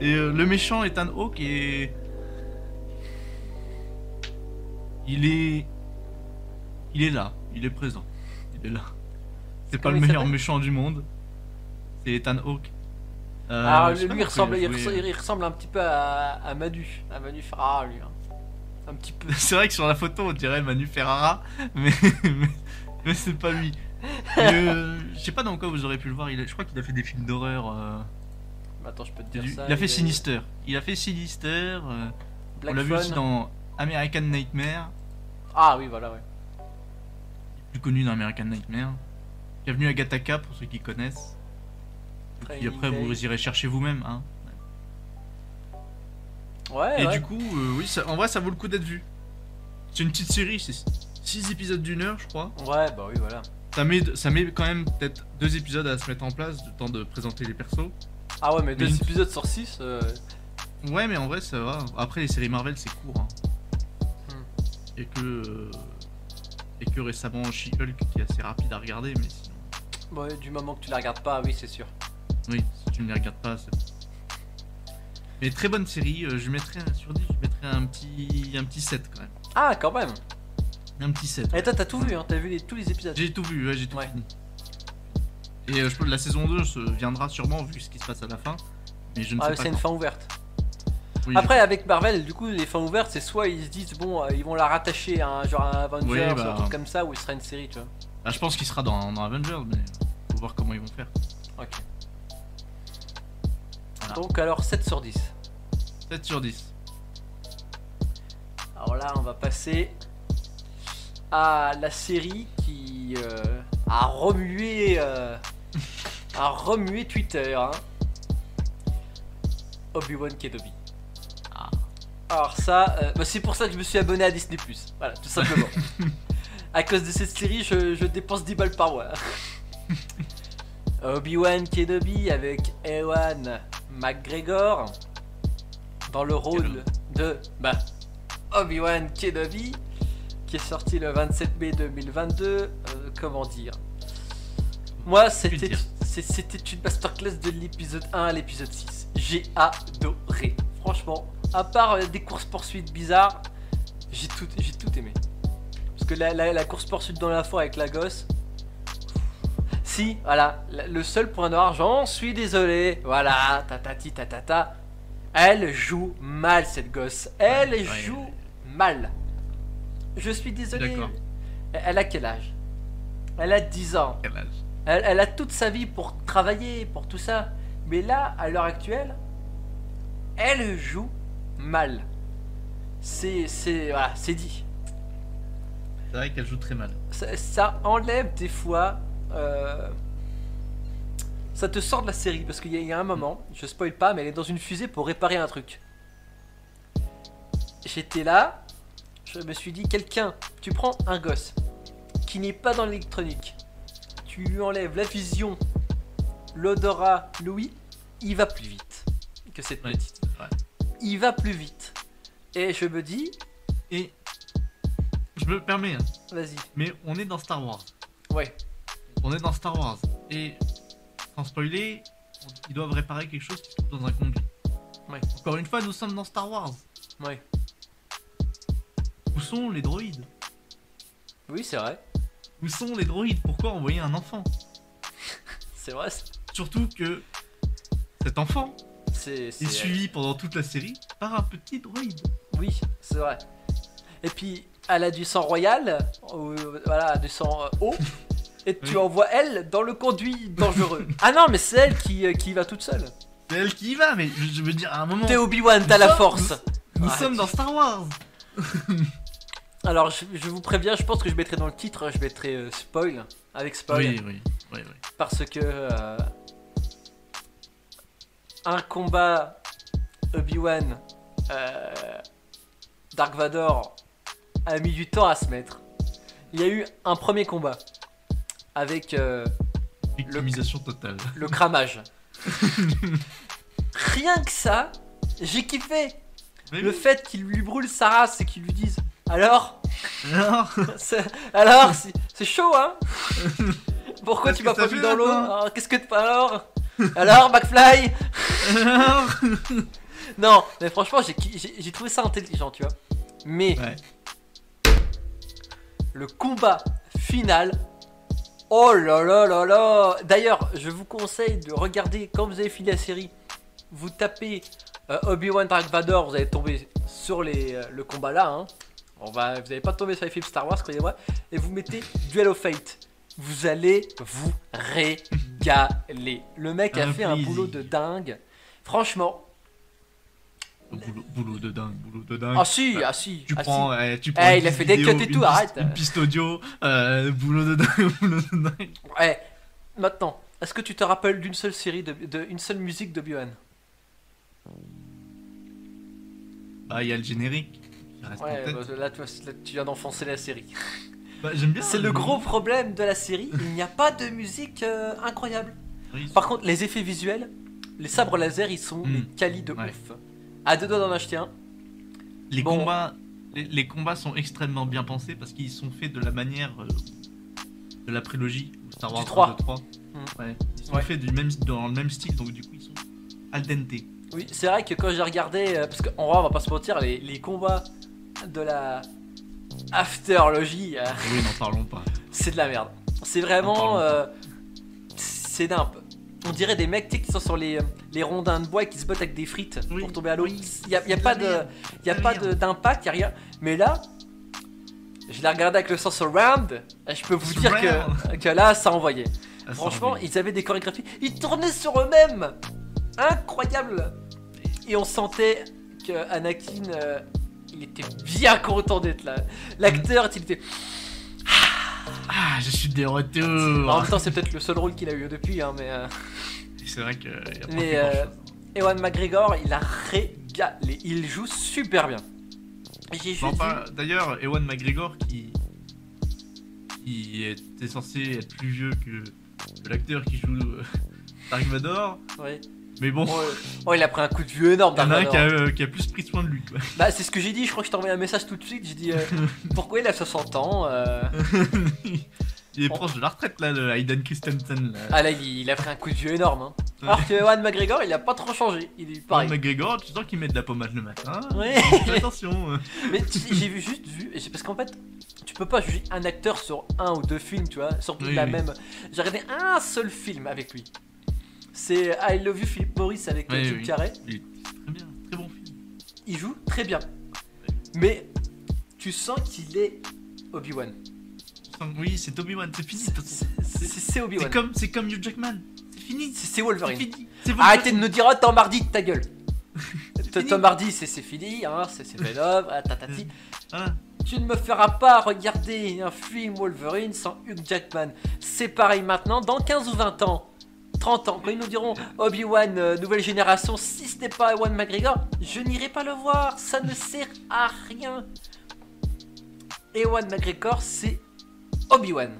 B: Et euh, le méchant Ethan Hawke est. Il est. Il est là. Il est présent. Il est là. C'est pas
A: Comment
B: le
A: il
B: meilleur
A: s'appelle
B: méchant du monde. C'est Ethan Hawke. Euh,
A: ah,
B: je sais
A: lui,
B: pas
A: il ressemble,
B: pourquoi
A: il,
B: il a joué-
A: ressemble, il ressemble un petit peu à, à Manu. À Manu Farah, lui. hein. Un petit peu.
B: euh. C'est vrai que sur la photo, on dirait Manu Ferrara, mais, mais, mais c'est pas lui. Mais, euh, je sais pas dans quoi vous aurez pu le voir. Il a- je crois qu'il a fait des films d'horreur. euh,
A: Attends, je peux te
B: du-
A: dire ça.
B: il a fait Sinister. Il a fait Sinister. euh,
A: Black
B: on l'a vu
A: Phone.
B: aussi dans American Nightmare,
A: Ah, oui, voilà, ouais.
B: plus connu dans American Nightmare. Bienvenue à Gataka pour ceux qui connaissent. Et puis
A: Training
B: après,
A: Day.
B: vous irez chercher vous-même. Hein.
A: Ouais,
B: Et
A: ouais.
B: du coup, euh, oui, ça- en vrai, ça vaut le coup d'être vu. C'est une petite série, c'est 6 épisodes d'une heure, je crois.
A: Ouais, bah oui, voilà.
B: Ça met, ça met quand même peut-être deux épisodes à se mettre en place, le temps de présenter les persos.
A: Ah ouais, mais deux
B: Mais-
A: épisodes sur six, euh,
B: Ouais, mais en vrai, ça va. Après, les séries Marvel, c'est court. hein.
A: Hmm.
B: Et que. euh, et que récemment, She-Hulk, qui est assez rapide à regarder, mais sinon.
A: ouais, du moment que tu la regardes pas, oui, c'est sûr.
B: Oui, si tu ne les regardes pas, c'est bon. Mais très bonne série, euh, je mettrais un- sur 10, je mettrais un petit, un petit 7 quand même.
A: Ah, quand même
B: Un petit 7.
A: Et toi, t'as tout vu, hein, t'as vu les- tous les épisodes.
B: J'ai tout vu, ouais, j'ai tout
A: Ouais.
B: fini. Et euh, je pense que la saison 2 se viendra sûrement vu ce qui se passe à la fin. Mais je ne
A: Ah,
B: sais pas.
A: c'est une
B: quand.
A: fin ouverte.
B: Oui,
A: Après, avec Marvel, du coup, les fins ouvertes, c'est soit ils se disent, bon, euh, ils vont la rattacher à un genre à un Avengers,
B: Oui,
A: ou
B: bah.
A: un truc comme ça, ou ce sera une série, tu vois.
B: je- bah, je pense qu'il sera dans, dans Avengers, mais faut voir comment ils vont faire.
A: Ok.
B: Voilà.
A: Donc, alors, 7 sur 10.
B: 7 sur 10.
A: Alors là, on va passer à la série qui euh, à remuer, euh, à remuer Twitter. hein. Obi-Wan Kenobi. Ah. Alors ça, euh, bah, c'est pour ça que je me suis abonné à Disney+. Voilà, tout simplement. à cause de cette série, je, je dépense 10 balles par mois. Obi-Wan Kenobi avec Ewan McGregor dans le rôle de bah, Obi-Wan Kenobi qui est sorti le 27 mai 2022. Euh, comment dire Moi, c'était
B: dire.
A: c'est- c'était une masterclass de l'épisode 1 à l'épisode 6. J'ai adoré. Franchement, à part euh, des courses-poursuites bizarres, j'ai tout, j'ai tout aimé. Parce que la, la- la course-poursuite dans la forêt avec la gosse. Si, voilà, la- le seul point noir, j'en suis désolé. Voilà, tatati tatata. Elle joue mal cette gosse. Elle
B: Ouais, ouais.
A: joue mal. Je suis désolé.
B: D'accord.
A: Elle elle a quel âge Elle a 10 ans.
B: Quel âge
A: Elle, elle a toute sa vie pour travailler, pour tout ça. Mais là, à l'heure actuelle, elle joue mal. C'est, c'est, voilà, c'est dit.
B: C'est vrai qu'elle joue très mal.
A: Ça, ça enlève des fois. euh, ça te sort de la série parce qu'il y, a- il y a un moment, je spoil pas, mais elle est dans une fusée pour réparer un truc. J'étais là, je me suis dit quelqu'un, tu prends un gosse qui n'est pas dans l'électronique, tu lui enlèves la vision, l'odorat, l'ouïe, il va plus vite que cette
B: Ouais.
A: petite.
B: Ouais.
A: Il va plus vite. Et je me dis,
B: Et je me permets, hein,
A: vas-y,
B: mais on est dans Star Wars.
A: ouais,
B: On est dans Star Wars. Et sans spoiler, on- ils doivent réparer quelque chose qui se trouve dans un conduit.
A: Ouais.
B: Encore une fois, nous sommes dans Star Wars.
A: ouais.
B: Où sont les droïdes
A: Oui, c'est vrai,
B: Où sont les droïdes Pourquoi envoyer un enfant
A: c'est vrai.
B: Surtout que cet enfant
A: C'est
B: est
A: c'est-
B: suivi pendant toute la série par un petit droïde.
A: Oui, c'est vrai. Et puis, elle a du sang royal, ou, euh, voilà, du sang euh, haut, et tu
B: Oui.
A: envoies elle dans le conduit dangereux. ah non, mais c'est elle qui, euh, qui va toute seule.
B: C'est elle qui y va, mais je, je veux dire, à un moment,
A: T'es Obi-Wan,
B: nous
A: t'as la
B: sommes-
A: force.
B: nous, nous
A: Ouais.
B: sommes dans Star Wars.
A: Alors, je, je vous préviens, je pense que je mettrai dans le titre, je mettrai euh, spoil, avec spoil,
B: Oui, oui, oui, oui.
A: parce que. euh, un combat Obi-Wan, euh, Dark Vador a mis du temps à se mettre. Il y a eu un premier combat avec euh,
B: Victimisation totale.
A: le cramage. Rien que ça, j'ai kiffé.
B: Mais
A: Le
B: oui.
A: fait qu'il lui brûle sa race et qu'il lui dise alors,
B: Alors,
A: c'est- alors c'est c'est chaud hein. Pourquoi
B: Qu'est-ce
A: tu
B: que
A: m'as
B: t'as
A: pas
B: fait
A: mis dans l'eau
B: maintenant
A: Alors, Qu'est-ce que tu alors Alors McFly
B: alors.
A: Non, mais franchement, j'ai ki- j'ai j'ai trouvé ça intelligent, tu vois. Mais
B: Ouais.
A: le combat final, oh là là là là D'ailleurs, je vous conseille de regarder quand vous avez fini la série. Vous tapez euh, Obi-Wan Dark Vador, vous allez tomber sur les, euh, le combat là. hein. On va, vous n'allez pas tomber sur les films Star Wars, croyez-moi. Et vous mettez Duel of Fate. Vous allez vous régaler. Le mec a
B: Un
A: fait un
B: plaisir.
A: boulot de dingue. Franchement,
B: Boulot, boulot de dingue, boulot de dingue.
A: Ah si,
B: Ouais.
A: ah si.
B: tu
A: ah si.
B: prends, euh, tu prends.
A: Eh,
B: une
A: il a
B: piste
A: fait des
B: vidéo,
A: cuts et
B: une
A: tout,
B: piste-
A: arrête.
B: Une piste audio, euh, boulot de dingue, boulot de dingue.
A: Ouais. Eh, Maintenant, est-ce que tu te rappelles d'une seule série, de, de- une seule musique de Biohan
B: Bah, il y a le générique. qui reste en
A: Ouais,
B: tête.
A: bah, là, tu vois, là, tu viens d'enfoncer la série.
B: Bah, j'aime bien.
A: C'est
B: hein,
A: le
B: mais-
A: gros problème de la série, il n'y a pas de musique euh, incroyable.
B: Oui,
A: Par contre, les effets visuels, les sabres laser, ils sont
B: Mm.
A: mais quali de
B: Ouais.
A: ouf. À deux doigts d'en acheter un.
B: les
A: bon.
B: combats, les, les combats sont extrêmement bien pensés parce qu'ils sont faits de la manière euh, de la prélogie ou Star
A: Du
B: Wars
A: trois.
B: 1, 2, 3.
A: Mm.
B: Ouais. Ils sont
A: Ouais.
B: faits du même, dans le même style, donc du coup ils sont al dente.
A: Oui, c'est vrai que quand j'ai regardé, euh, parce qu'en vrai, on va pas se mentir, les, les combats de la Afterlogie, euh,
B: Ah Oui, n'en parlons pas.
A: c'est de la merde. C'est
B: N'en
A: vraiment.
B: parlons pas.
A: euh, c'est nimp. On dirait des mecs tu sais, qui sont sur les, euh, les rondins de bois et qui se battent avec des frites
B: Oui,
A: pour tomber à l'eau.
B: oui,
A: Il n'y a, y a
B: c'est de
A: pas
B: la
A: de-
B: merde,
A: y a
B: de la
A: pas
B: merde.
A: de- d'impact, il a rien. Mais là, je l'ai regardé avec le sens round. et Je peux vous dire que,
B: Surround.
A: que là, ça envoyait.
B: Ah, ça,
A: Franchement,
B: on est-
A: ils avaient des chorégraphies. Ils tournaient sur eux-mêmes. Incroyable. Et on sentait que Anakin, euh, il était bien content d'être là. L'acteur, il était. Ah,
B: Ah, je suis de
A: En
B: retour.
A: même temps, c'est peut-être le seul rôle qu'il a eu depuis, hein, mais. euh,
B: C'est vrai que. il a pas
A: Mais
B: fait
A: euh,
B: grand-chose. hein.
A: Ewan McGregor, il a régalé. Il joue super bien. Et J'ai
B: Non,
A: juste
B: pas- D'ailleurs, Ewan McGregor, qui, qui était censé être plus vieux que, que l'acteur qui joue euh, Dark Vador,
A: dit- ouais.
B: mais bon,
A: Oh, euh, oh, il a pris un coup de vieux énorme,
B: il y en a un
A: Dark
B: qui a,
A: Vador.
B: euh, qui a plus pris soin de lui. Quoi.
A: Bah, c'est ce que j'ai dit, je crois que je t'ai envoyé un message tout de suite. J'ai dit euh, pourquoi il a 60 ans euh,
B: il est
A: Bon.
B: proche de la retraite, là, le Hayden Christensen. Là.
A: Oh. Ah là, il, il a pris un coup de vieux énorme. hein. Alors que Ewan McGregor, il a pas trop changé. Il est
B: Ewan
A: pareil.
B: McGregor, tu sens qu'il met de la pommade le matin.
A: Oui.
B: Fais Attention. euh.
A: Mais tu sais, j'ai vu- juste vu, et c'est parce qu'en fait, tu peux pas juger un acteur sur un ou deux films, tu vois, surtout
B: Oui,
A: la
B: oui.
A: même. J'ai regardé un seul film avec lui. C'est I Love You Philippe Maurice avec euh,
B: Oui,
A: Jim
B: oui.
A: Carrey.
B: Très bien, très bon film.
A: Il joue très bien, mais tu sens qu'il est Obi-Wan.
B: Tu sens que- Oui, c'est Obi-Wan, c'est fini. de
A: C'est-
B: toute façon.
A: C'est c'est
B: C'est
A: Obi-Wan.
B: comme, c'est comme Hugh Jackman. C'est fini,
A: C'est c'est
B: c'est
A: Wolverine.
B: fini. C'est bon.
A: Arrêtez de nous dire oh Tom Hardy de ta gueule.
B: fini.
A: Tom Hardy c'est c'est fini, hein, c'est c'est Venom, ah, tatati.
B: Voilà.
A: Tu ne me feras pas regarder un film Wolverine sans Hugh Jackman. C'est pareil maintenant, dans 15 ou 20 ans, 30 ans, quand ils nous diront Obi-Wan, euh, nouvelle génération, si ce n'est pas Ewan McGregor, je n'irai pas le voir, ça ne sert à rien. Ewan McGregor, c'est Obi-Wan.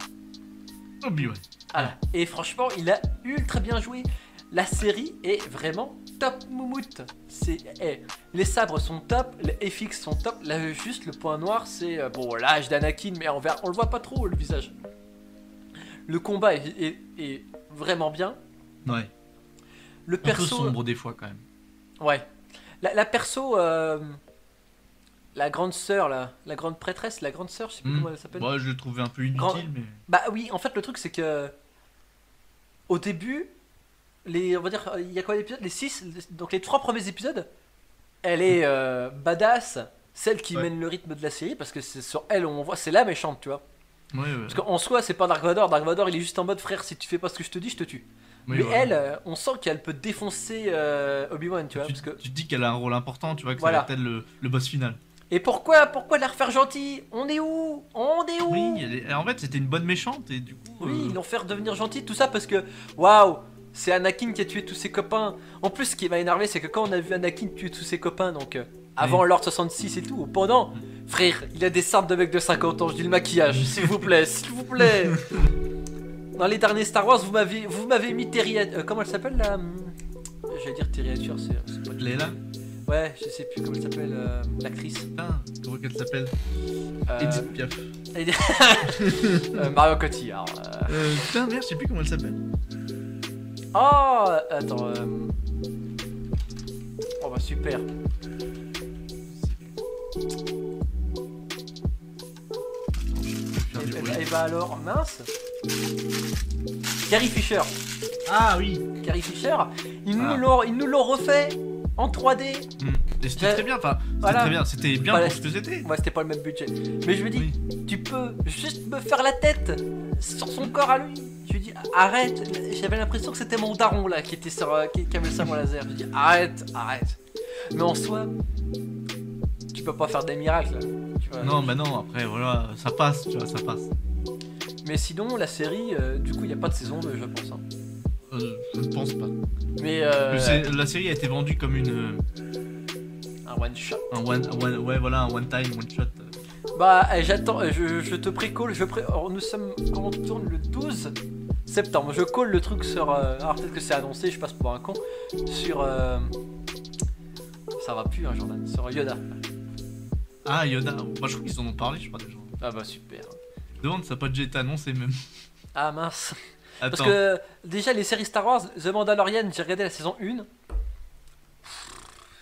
B: Obi-Wan.
A: Voilà. Et franchement, il a ultra bien joué. La série est vraiment top moumoute. C'est, eh, les sabres sont top, les FX sont top. Là, juste le point noir, c'est euh, bon l'âge d'Anakin, mais en vert, on le voit pas trop le visage. Le combat est, est- est vraiment bien.
B: Ouais.
A: Le
B: Un peu
A: perso,
B: sombre des fois quand même.
A: ouais. La, la perso, euh, la grande sœur, là, la grande prêtresse, la grande sœur, je sais plus
B: Hmm.
A: comment elle s'appelle.
B: Moi, je le trouvais un peu inutile,
A: Grand-
B: mais.
A: Bah oui, en fait, le truc, c'est que. Au début, les, on va dire, il y a quoi d'épisodes Les 6 Donc les trois premiers épisodes, elle est euh, badass, celle qui
B: Ouais.
A: mène le rythme de la série, parce que c'est sur elle où on voit, c'est la méchante, tu vois.
B: Ouais, ouais.
A: Parce qu'en soi, c'est pas Dark Vador, Dark Vador il est juste en mode frère, si tu fais pas ce que je te dis, je te tue.
B: Oui,
A: Mais
B: voilà.
A: elle, euh, on sent qu'elle peut défoncer euh, Obi-Wan, tu vois.
B: tu,
A: Parce que...
B: tu te dis qu'elle a un rôle important, tu vois, que
A: Voilà.
B: ça va être le, le boss final.
A: Et pourquoi Pourquoi la refaire gentille On est où On est où
B: Oui, elle est- en fait, c'était une bonne méchante, et du coup.
A: Oui,
B: euh,
A: ils l'ont fait redevenir gentil, tout ça parce que, waouh, c'est Anakin qui a tué tous ses copains. En plus, ce qui m'a énervé, c'est que quand on a vu Anakin tuer tous ses copains, donc euh, avant l'ordre 66 et tout, ou pendant, frère, il a des sardes de mec de 50 ans, je dis le maquillage, s'il vous plaît, s'il vous plaît. Dans les derniers Star Wars, vous m'avez, vous m'avez mis Terry, Hat- euh, comment elle s'appelle là hum, J'allais dire Terry Hatcher, c'est, c'est pas du-
B: Leila
A: Ouais, je sais plus comment elle s'appelle, euh, l'actrice.
B: Putain, comment qu'elle s'appelle
A: Euh,
B: Edith Piaf.
A: euh, Mario Cotillard. euh,
B: Euh, putain, merde, je sais plus comment elle s'appelle.
A: Oh Attends. euh, Oh bah super.
B: Je vais faire
A: Et,
B: du bruit.
A: et- et bah alors, mince. Carrie Fisher.
B: Ah oui
A: Carrie Fisher, ils nous
B: Ah.
A: l'ont- ils nous l'ont refait en 3D.
B: Mm. Et c'était
A: Je-
B: très bien, enfin, c'était
A: Hmm. Euh, Voilà.
B: très bien, c'était bien
A: Voilà.
B: pour ce que c'était.
A: Moi c'était pas le même budget. Mais je me dis,
B: Oui.
A: tu peux juste me faire la tête sur son corps à lui. Je lui dis, arrête. J'avais l'impression que c'était mon daron là qui était sur, euh, qui, qui avait le sabre laser. Je lui dis, arrête, arrête. Mais en soi, tu peux pas faire des miracles. là. Tu vois,
B: Non, bah non, après, voilà, ça passe, tu vois, ça passe.
A: Mais sinon, la série, euh, du coup, il n'y a pas de saison 2, je pense. hein.
B: Euh, je ne pense pas.
A: Mais euh,
B: Le sé- La série a été vendue comme une.
A: un one shot.
B: Un one, un one- ouais, voilà, un one time, one shot. euh,
A: Bah, euh, j'attends, euh, je, je te pré-call. Je pré alors, nous sommes, quand on tourne le 12 septembre, je call le truc sur. euh, alors, peut-être que c'est annoncé, je passe pour un con. Sur. euh, ça va plus, hein, Jordan. Sur Yoda.
B: Ah, Yoda, moi je crois qu'ils en ont parlé, je crois déjà.
A: Ah, bah, super.
B: Je Demande, ça n'a pas déjà été annoncé même.
A: Ah, mince.
B: Attends,
A: Parce que, déjà, les séries Star Wars, The Mandalorian, j'ai regardé la saison 1.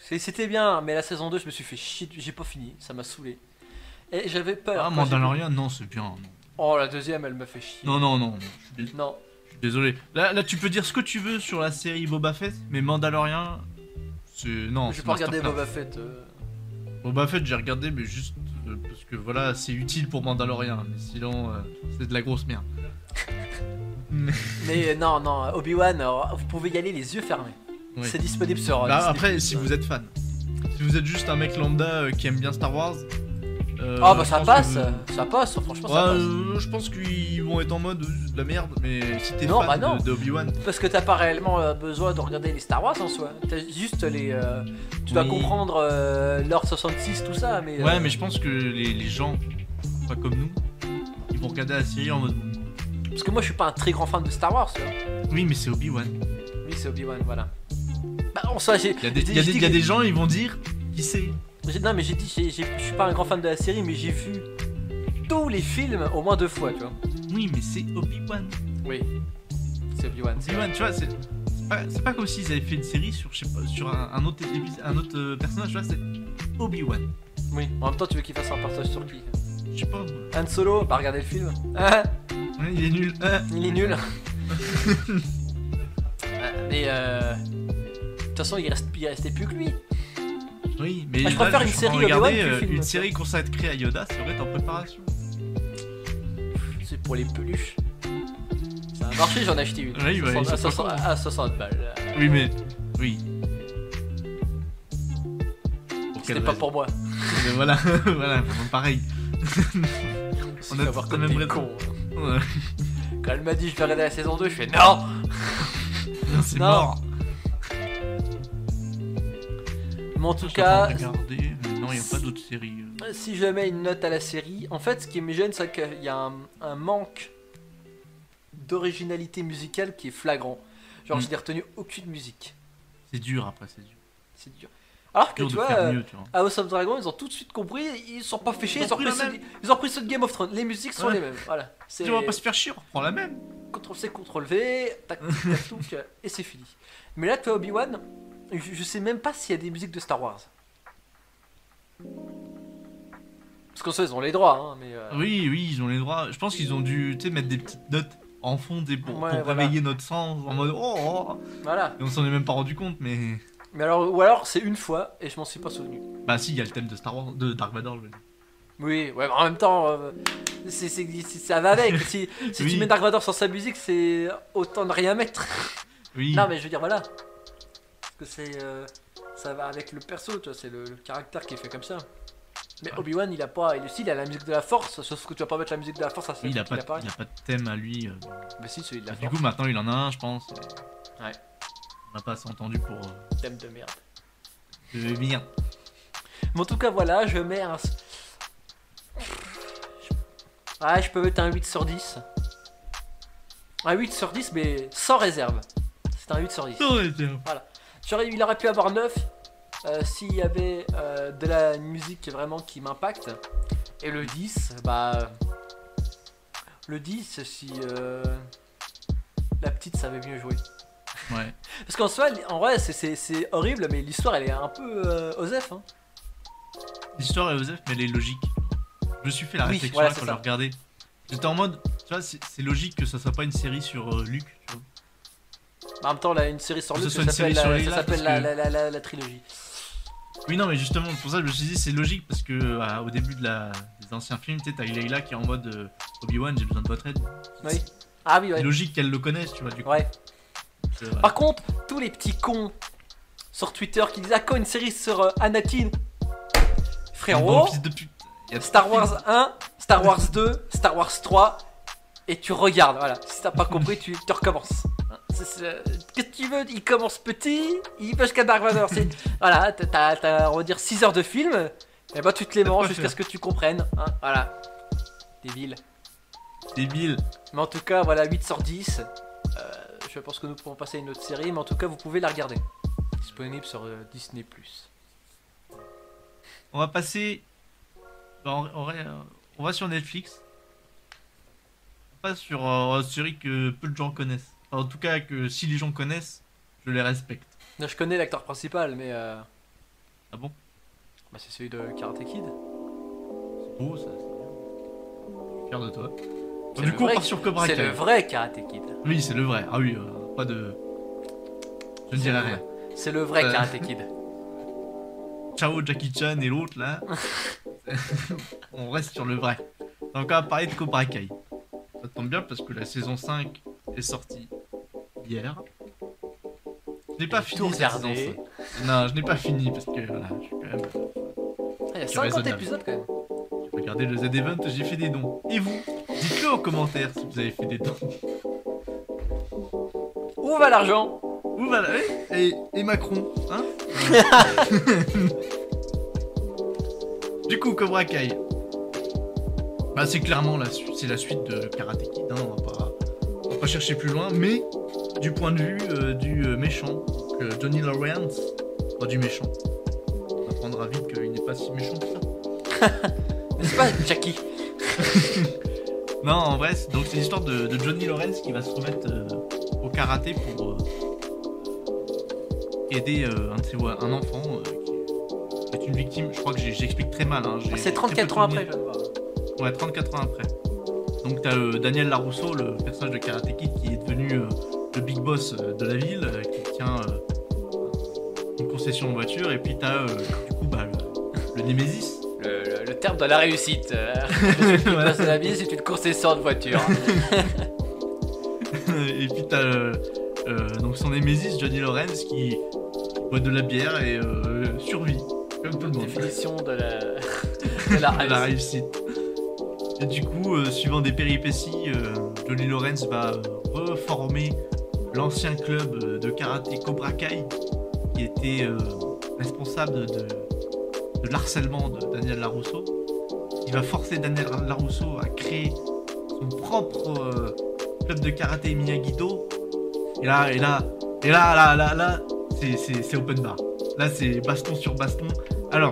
A: C'est- C'était bien, mais la saison 2, je me suis fait chier. J'ai pas fini, ça m'a saoulé. Et j'avais peur.
B: ah,
A: quand j'ai vu-
B: Mandalorian, non, c'est bien.
A: Oh, la deuxième, elle m'a fait chier.
B: Non, non, non, non, je suis dés-
A: Non.
B: je suis désolé. Là, là, tu peux dire ce que tu veux sur la série Boba Fett, mais Mandalorian, c'est. Non,
A: j'ai
B: c'est
A: pas regardé
B: masterclass.
A: Boba Fett. euh.
B: Boba Fett, j'ai regardé, mais juste euh, parce que voilà, c'est utile pour Mandalorian, mais sinon, euh, c'est de la grosse merde.
A: Mais euh, non, non, Obi-Wan, alors, vous pouvez y aller les yeux fermés.
B: Oui.
A: C'est disponible sur. euh,
B: Bah,
A: Disney+.
B: après, si vous êtes fan, si vous êtes juste un mec lambda euh, qui aime bien Star Wars, Euh,
A: Ah bah
B: je
A: ça
B: pense
A: passe,
B: que-
A: ça passe, franchement
B: Ouais,
A: ça passe.
B: euh, je pense qu'ils vont être en mode euh, de la merde, mais si t'es
A: Non,
B: fan
A: bah non.
B: de, de Obi-Wan,
A: Parce que t'as pas réellement euh, besoin de regarder les Star Wars en soi. T'as juste les. euh, tu dois
B: Oui.
A: comprendre euh, l'ordre 66, tout ça, mais. euh,
B: Ouais, mais je pense que les, les gens, pas comme nous, ils vont regarder la série en mode
A: Parce que moi je suis pas un très grand fan de Star Wars, tu vois.
B: Oui, mais c'est Obi-Wan.
A: Oui, c'est Obi-Wan, voilà. Bah en soi, j'ai.
B: Il y a des,
A: je
B: il y a
A: dis
B: des- il y a
A: que-
B: des gens, ils vont dire Qui c'est
A: j'ai- Non, mais j'ai dit, j'ai- j'ai- je suis pas un grand fan de la série, mais j'ai vu tous les films au moins deux fois, tu vois.
B: Oui, mais c'est Obi-Wan.
A: Oui. C'est Obi-Wan, c'est vrai.
B: Obi-Wan, tu vois, c'est. c'est pas- C'est pas comme s'ils avaient fait une série sur, je sais pas, sur un, un autre, épi- un autre euh, personnage, tu vois, c'est Obi-Wan.
A: Oui. En même temps, tu veux qu'il fasse un partage sur qui
B: Je sais pas,
A: Han Solo Bah regardez le film. Hein
B: Ouais, il est nul. Ah,
A: Il est nul. Euh, Mais euh. De toute façon, il, reste, il restait plus que lui.
B: oui, mais
A: Ah, je
B: là,
A: préfère une
B: suis en train de
A: série Obi-Wan
B: regarder,
A: que le
B: euh,
A: film,
B: Une
A: ça.
B: série consacrée à Yoda, c'est vrai, t'es en préparation.
A: C'est pour les peluches. Ça a marché, j'en ai acheté une.
B: Oui, bah, ils sont
A: à,
B: pas
A: 60, à 60 balles.
B: Oui, mais. Oui. Pour
A: C'était
B: quelle
A: pas
B: raison
A: pour moi.
B: Mais voilà, voilà, pareil.
A: On
B: a
A: a
B: tous
A: voir comme
B: la
A: des
B: même raison.
A: cons.
B: Euh,
A: Quand elle m'a dit je vais regarder la saison 2, je fais non
B: Non, c'est
A: Non.
B: mort.
A: Mais en tout
B: Je suis en
A: cas,
B: train de regarder, mais non, il n'y a pas d'autres séries. euh.
A: si je mets une note à la série, en fait, ce qui me gêne, c'est qu'il y a un, un manque d'originalité musicale qui est flagrant. Genre,
B: Mm.
A: je n'ai retenu aucune musique.
B: C'est dur après, c'est dur.
A: C'est dur. Alors que
B: Dur
A: tu
B: de
A: vois,
B: faire
A: euh,
B: mieux, tu vois.
A: House of Dragon, ils ont tout de suite compris, ils sont pas fichés,
B: Ils ont
A: ils, ont
B: pris
A: repris
B: la
A: ceux- ils ont repris ceux de Game of Thrones. Les musiques sont
B: Ouais.
A: les mêmes. Voilà. C'est
B: Tu vois, on va pas se faire chier, on reprend la même.
A: CTRL-C, CTRL-V, tac, tac, tac, touc, euh, et c'est fini. Mais là, toi, Obi-Wan, je, je sais même pas s'il y a des musiques de Star Wars. Parce qu'en soi, ils ont les droits, hein, mais. euh,
B: Oui, oui, ils ont les droits. Je pense qu'ils ont dû tu sais, mettre des petites notes en fond des pour,
A: Ouais,
B: pour
A: voilà.
B: réveiller notre sens en mode oh, oh.
A: Voilà.
B: Et on s'en est même pas rendu compte, mais.
A: Mais alors, ou alors, c'est une fois, et je m'en suis pas souvenu.
B: Bah, si, il y a le thème de Star Wars, de Dark Vador, je veux dire.
A: Oui, ouais, mais en même temps, euh, c'est, c'est- c'est- ça va avec. Si, si
B: Oui.
A: tu mets Dark Vador sans sa musique, c'est autant de rien mettre.
B: Oui.
A: Non, mais je veux dire, voilà. Parce que c'est. euh, ça va avec le perso, tu vois, c'est le, le caractère qui est fait comme ça. Mais
B: Ouais.
A: Obi-Wan, il a pas. Il aussi, il a la musique de la force, sauf que tu vas pas mettre la musique de la force à ce
B: Oui, il a,
A: truc,
B: pas, il a pas de thème à lui. euh.
A: Mais si, celui de la
B: Bah, du
A: force.
B: coup, maintenant, il en a un, je pense.
A: Ouais.
B: On n'a pas assez entendu pour. euh,
A: Thème de merde.
B: de venir.
A: Mais en tout cas, voilà, je mets un. Ah, je peux mettre un 8 sur 10. Un 8 sur 10, mais sans réserve. C'est un 8 sur 10. J'aurais- il aurait pu avoir 9 euh, s'il y avait euh, de la musique vraiment qui m'impacte. Et le 10, bah. Le 10, si euh, la petite savait mieux jouer.
B: Ouais.
A: Parce qu'en soi, li- en vrai, c'est- c'est c'est horrible, mais l'histoire, elle est un peu euh, Osef. Hein.
B: L'histoire est Joseph, mais elle est logique. Je me suis fait la
A: Oui,
B: réflexion
A: voilà,
B: là,
A: c'est
B: quand
A: ça.
B: j'ai regardé. J'étais en mode, tu vois, c'est c'est logique que ça soit pas une série sur euh, Luke. tu vois.
A: Bah, en même temps, là, une série sur
B: Que
A: Luke,
B: ce soit
A: ça
B: une
A: s'appelle
B: série
A: la,
B: sur
A: ça
B: Leila,
A: s'appelle la,
B: parce
A: la- la- la- la trilogie.
B: Oui, non, mais justement, pour ça, je me suis dit, c'est logique parce que euh, au début de la, des anciens films, tu sais, t'as Leila qui est en mode euh, Obi-Wan, j'ai besoin de votre aide.
A: Oui. Ah oui,
B: C'est
A: ouais.
B: logique qu'elle le connaisse, tu vois, du coup. Euh,
A: ouais.
B: que, voilà.
A: Par contre, tous les petits cons sur Twitter qui disent Ah, quand une série sur euh, Anakin Frérot.
B: Bon, fils de pute. Y a-
A: Star Wars 1, Star Wars 2, Star Wars 3, et tu regardes, voilà. Si t'as pas compris, tu, tu recommences. Hein, c'est- c'est, euh, Qu'est-ce que tu veux Il commence petit, il va jusqu'à Dark Vador. c'est- Voilà, t'as- t'as, t'as, on va dire, 6 heures de film, et bah tu te les
B: T'as de
A: manges
B: quoi
A: jusqu'à
B: faire.
A: ce que tu comprennes. hein, voilà. Débile.
B: Débile.
A: Mais en tout cas, voilà, 8 sur 10. Euh, je pense que nous pouvons passer à une autre série, mais en tout cas, vous pouvez la regarder. Disponible sur euh, Disney+.
B: On va passer. bah, en- en vrai, euh, on va sur Netflix. On passe sur euh, une série que peu de gens connaissent. Enfin, en tout cas, que si les gens connaissent, je les respecte.
A: Non, Je connais l'acteur principal, mais euh,
B: Ah bon
A: bah, c'est celui de Karate Kid.
B: C'est beau ça. c'est bien. Je suis Fier de toi.
A: C'est
B: du
A: le
B: coup, on
A: vrai-
B: part sur Cobra
A: C'est
B: Kai.
A: le vrai Karate Kid.
B: Oui, c'est le vrai. Ah oui, euh, pas de. Je ne
A: C'est le
B: dirai rien.
A: C'est le vrai
B: Euh.
A: Karate Kid.
B: Ciao Jackie Chan et l'autre là. on reste sur le vrai. Donc on va parler de Cobra Kai. Ça tombe bien parce que la saison 5 est sortie hier. Je n'ai pas
A: J'ai
B: fini
A: tout
B: cette
A: regardé.
B: saison 5. Non, je n'ai pas fini parce que voilà, je suis quand même
A: Ah, Il y a
B: C'est
A: 50
B: raisonnable.
A: épisodes quand même.
B: je suis Regardez le Z-Event, j'ai fait des dons. Et vous Dites-le en commentaire si vous avez fait des dons.
A: Où va l'argent
B: Où va la... et, et Macron, hein Du coup, Cobra Kai. Bah, c'est clairement la, su- c'est la suite de Karate Kid, hein, on, va pas, on va pas chercher plus loin, mais du point de vue euh, du euh, méchant, donc, euh, Johnny Lawrence, pas du méchant. On apprendra vite qu'il n'est pas si méchant que ça.
A: N'est-ce pas, Jackie
B: Non, en vrai, c'est- donc c'est l'histoire de, de Johnny Lawrence qui va se remettre euh, au karaté pour euh, aider euh, un, de ses voix- un enfant euh, qui est une victime. Je crois que j'ai- j'explique très mal. hein, j'ai
A: C'est
B: très peu de
A: 34 ans
B: souvenirs.
A: après.
B: Ouais, 34 ans après. Donc t'as euh, Daniel Larousseau, le personnage de Karate Kid, qui est devenu euh, le big boss euh, de la ville, euh, qui tient euh, une concession de voiture, et puis t'as euh, du coup bah, le, le Nemesis.
A: Le, le- le terme de la réussite. euh,
B: Voilà.
A: Place de la vie, c'est une concession de voiture.
B: et puis t'as euh, euh, donc son Nemesis, Johnny Lawrence, qui boit de la bière et euh, survit, comme tout le monde.
A: Définition de la, de la
B: la
A: réussite.
B: réussite. Et du coup, euh, suivant des péripéties, euh, Johnny Lawrence va euh, reformer l'ancien club euh, de karaté Cobra Kai, qui était euh, responsable de, de l'harcèlement de Daniel Larousseau. Il va forcer Daniel Larousseau à créer son propre euh, club de karaté Miyagi-Do. Et là, et là, et là, là, là, là, c'est- c'est c'est open bar. Là, c'est baston sur baston. Alors,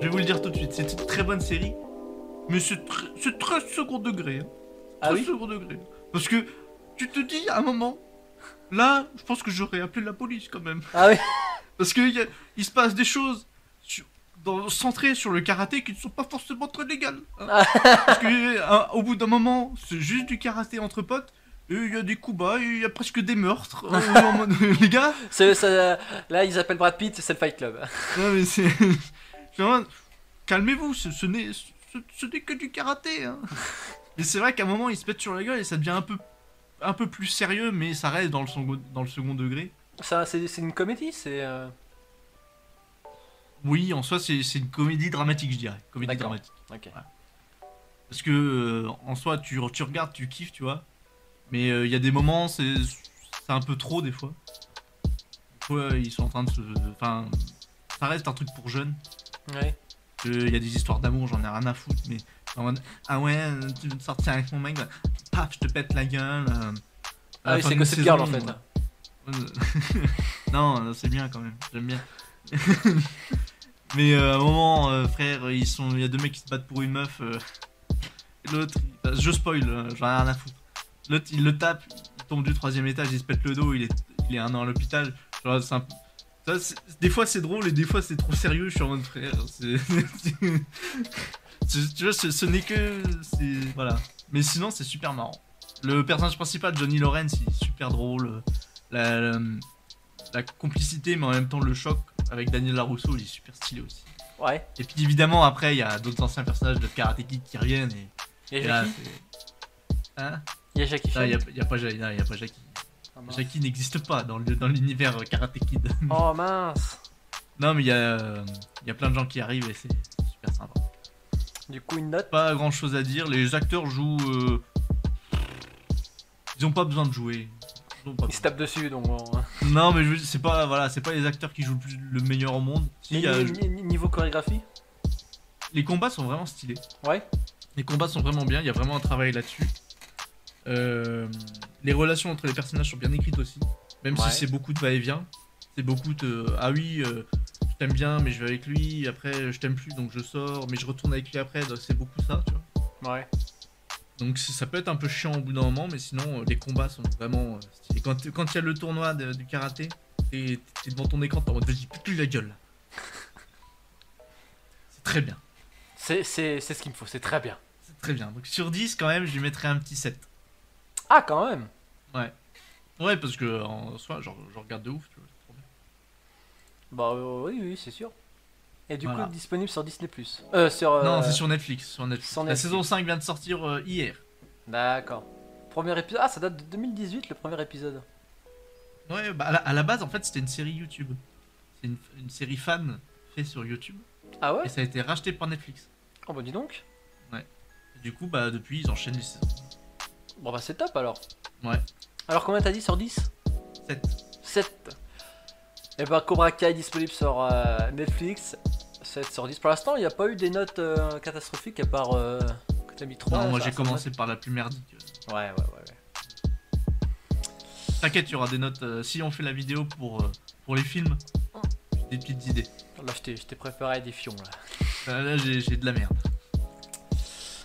B: je vais vous le dire tout de suite, c'est une très bonne série, mais c'est tr- c'est très second degré. hein.
A: Ah
B: Très
A: oui
B: second degré. Parce que tu te dis à un moment, là, je pense que j'aurais appelé la police quand même.
A: Ah oui
B: Parce qu'il y a- il se passe des choses sur- dans, centrées sur le karaté qui ne sont pas forcément très légales. hein.
A: Ah.
B: Parce que euh, au bout d'un moment, c'est juste du karaté entre potes. et Il y a des coups bas, et il y a presque des meurtres. hein, en mode, les gars,
A: C'est- ça- Là, ils appellent Brad Pitt, c'est le Fight Club.
B: non mais c'est. c'est vraiment- Calmez-vous, ce, ce n'est ce, ce n'est que du karaté. Hein. mais c'est vrai qu'à un moment, il se pète sur la gueule et ça devient un peu un peu plus sérieux, mais ça reste dans le second, dans le second degré.
A: Ça, c'est c'est une comédie, c'est. euh,
B: Oui, en soi, c'est c'est une comédie dramatique, je dirais. Comédie
A: D'accord.
B: dramatique.
A: Ok.
B: Parce que euh, en soi, tu, tu regardes, tu kiffes, tu vois. Mais euh, il y a des moments, c'est c'est un peu trop des fois. Des fois, ils sont en train de se. Enfin, ça reste un truc pour jeunes.
A: Ouais.
B: Il y a des histoires d'amour, j'en ai rien à foutre, mais en mode, ah ouais, euh, tu veux te sortir avec mon mec, bah, paf, je te pète la gueule. euh, à
A: Ah
B: la
A: oui, c'est
B: fin d'une
A: Gossip
B: saison,
A: Girl en fait.
B: euh, non, non, c'est bien quand même, j'aime bien. mais euh, à un moment, euh, frère, ils sont, il y a deux mecs qui se battent pour une meuf, euh, et l'autre, il- bah, je spoil, euh, j'en ai rien à foutre. L'autre, il le tape, il tombe du troisième étage, il se pète le dos, il est, il est un an à l'hôpital. Genre, c'est un- ça, c'est- des fois c'est drôle et des fois c'est trop sérieux, je suis en mode frère. c'est- C'est- tu vois, ce, ce n'est que. c'est- Voilà. Mais sinon, c'est super marrant. Le personnage principal, Johnny Lawrence, il est super drôle. euh, La, la- la complicité, mais en même temps le choc avec Daniel Larousseau, il est super stylé aussi.
A: Ouais.
B: Et puis évidemment, après, il y a d'autres anciens personnages de Karate Kid qui reviennent. Et,
A: Il
B: et
A: y a
B: là,
A: Jackie.
B: c'est- Hein
A: Il y a Jackie.
B: Non,
A: Chan.
B: il n'y a, il y a pas Ja- non, il y a pas Jackie.
A: Ah, mince.
B: Jackie n'existe pas dans le- dans l'univers dans Karate Kid.
A: Oh mince.
B: Non, mais il y, a, euh, il y a plein de gens qui arrivent et c'est super sympa.
A: Du coup, une note.
B: Pas grand chose à dire, les acteurs jouent. euh, Ils ont pas besoin de jouer. Ils ont pas
A: Il se tape dessus donc. hein. on-
B: besoin. Non, mais je veux dire, c'est pas, voilà, c'est pas les acteurs qui jouent le, plus- le meilleur au monde. Si, il y a-
A: Ni- ni- ni- Niveau chorégraphie
B: Les combats sont vraiment stylés.
A: Ouais.
B: Les combats sont vraiment bien, il y a vraiment un travail là-dessus. Euh, les relations entre les personnages sont bien écrites aussi, même
A: Ouais.
B: si c'est beaucoup de va-et-vient. C'est beaucoup de ah oui, euh, je t'aime bien, mais je vais avec lui. Après, je t'aime plus, donc je sors, mais je retourne avec lui après. Donc c'est beaucoup ça, tu vois.
A: Ouais.
B: Donc c- ça peut être un peu chiant au bout d'un moment, mais sinon euh, les combats sont vraiment euh, stylés. Quand t- quand il y a le tournoi de- du karaté, t'es t'es devant ton écran, t'es en mode vas-y, pète-lui la gueule. c'est très bien.
A: C'est c'est- c'est ce qu'il me faut, c'est très bien.
B: C'est très bien. Donc sur 10 quand même, je lui mettrais un petit 7.
A: Ah quand même
B: Ouais, parce que en soi, genre, je regarde de ouf, tu vois. c'est trop bien.
A: Bah euh, oui, oui, c'est sûr. Et du
B: Voilà.
A: coup, disponible sur Disney+. Euh, sur... euh,
B: Non, c'est sur Netflix, sur Netflix.
A: sur
B: La
A: Netflix.
B: saison 5 vient de sortir euh, hier.
A: D'accord. Premier épisode... Ah, ça date de 2018, le premier épisode.
B: Ouais, bah à la, à la base, en fait, c'était une série YouTube. C'est une, une série fan faite sur YouTube.
A: Ah ouais
B: Et ça a été racheté par Netflix.
A: Oh bah dis donc.
B: Du coup, bah depuis, ils enchaînent les saisons.
A: Bon bah c'est top alors.
B: Ouais.
A: Alors combien t'as dit sur 10
B: 7.
A: 7. Et ben Cobra Kai disponible sur euh, Netflix. 7 sur 10. Pour l'instant, il n'y a pas eu des notes euh, catastrophiques à part euh, que t'as mis 3.
B: non, moi j'ai commencé par la plus merdique.
A: Ouais, ouais, ouais. ouais.
B: T'inquiète, il y aura des notes. euh, si on fait la vidéo pour, euh, pour les films, j'ai des petites idées.
A: Là, je t'ai- je t'ai préparé des fions là.
B: Là, là, j'ai j'ai de la merde.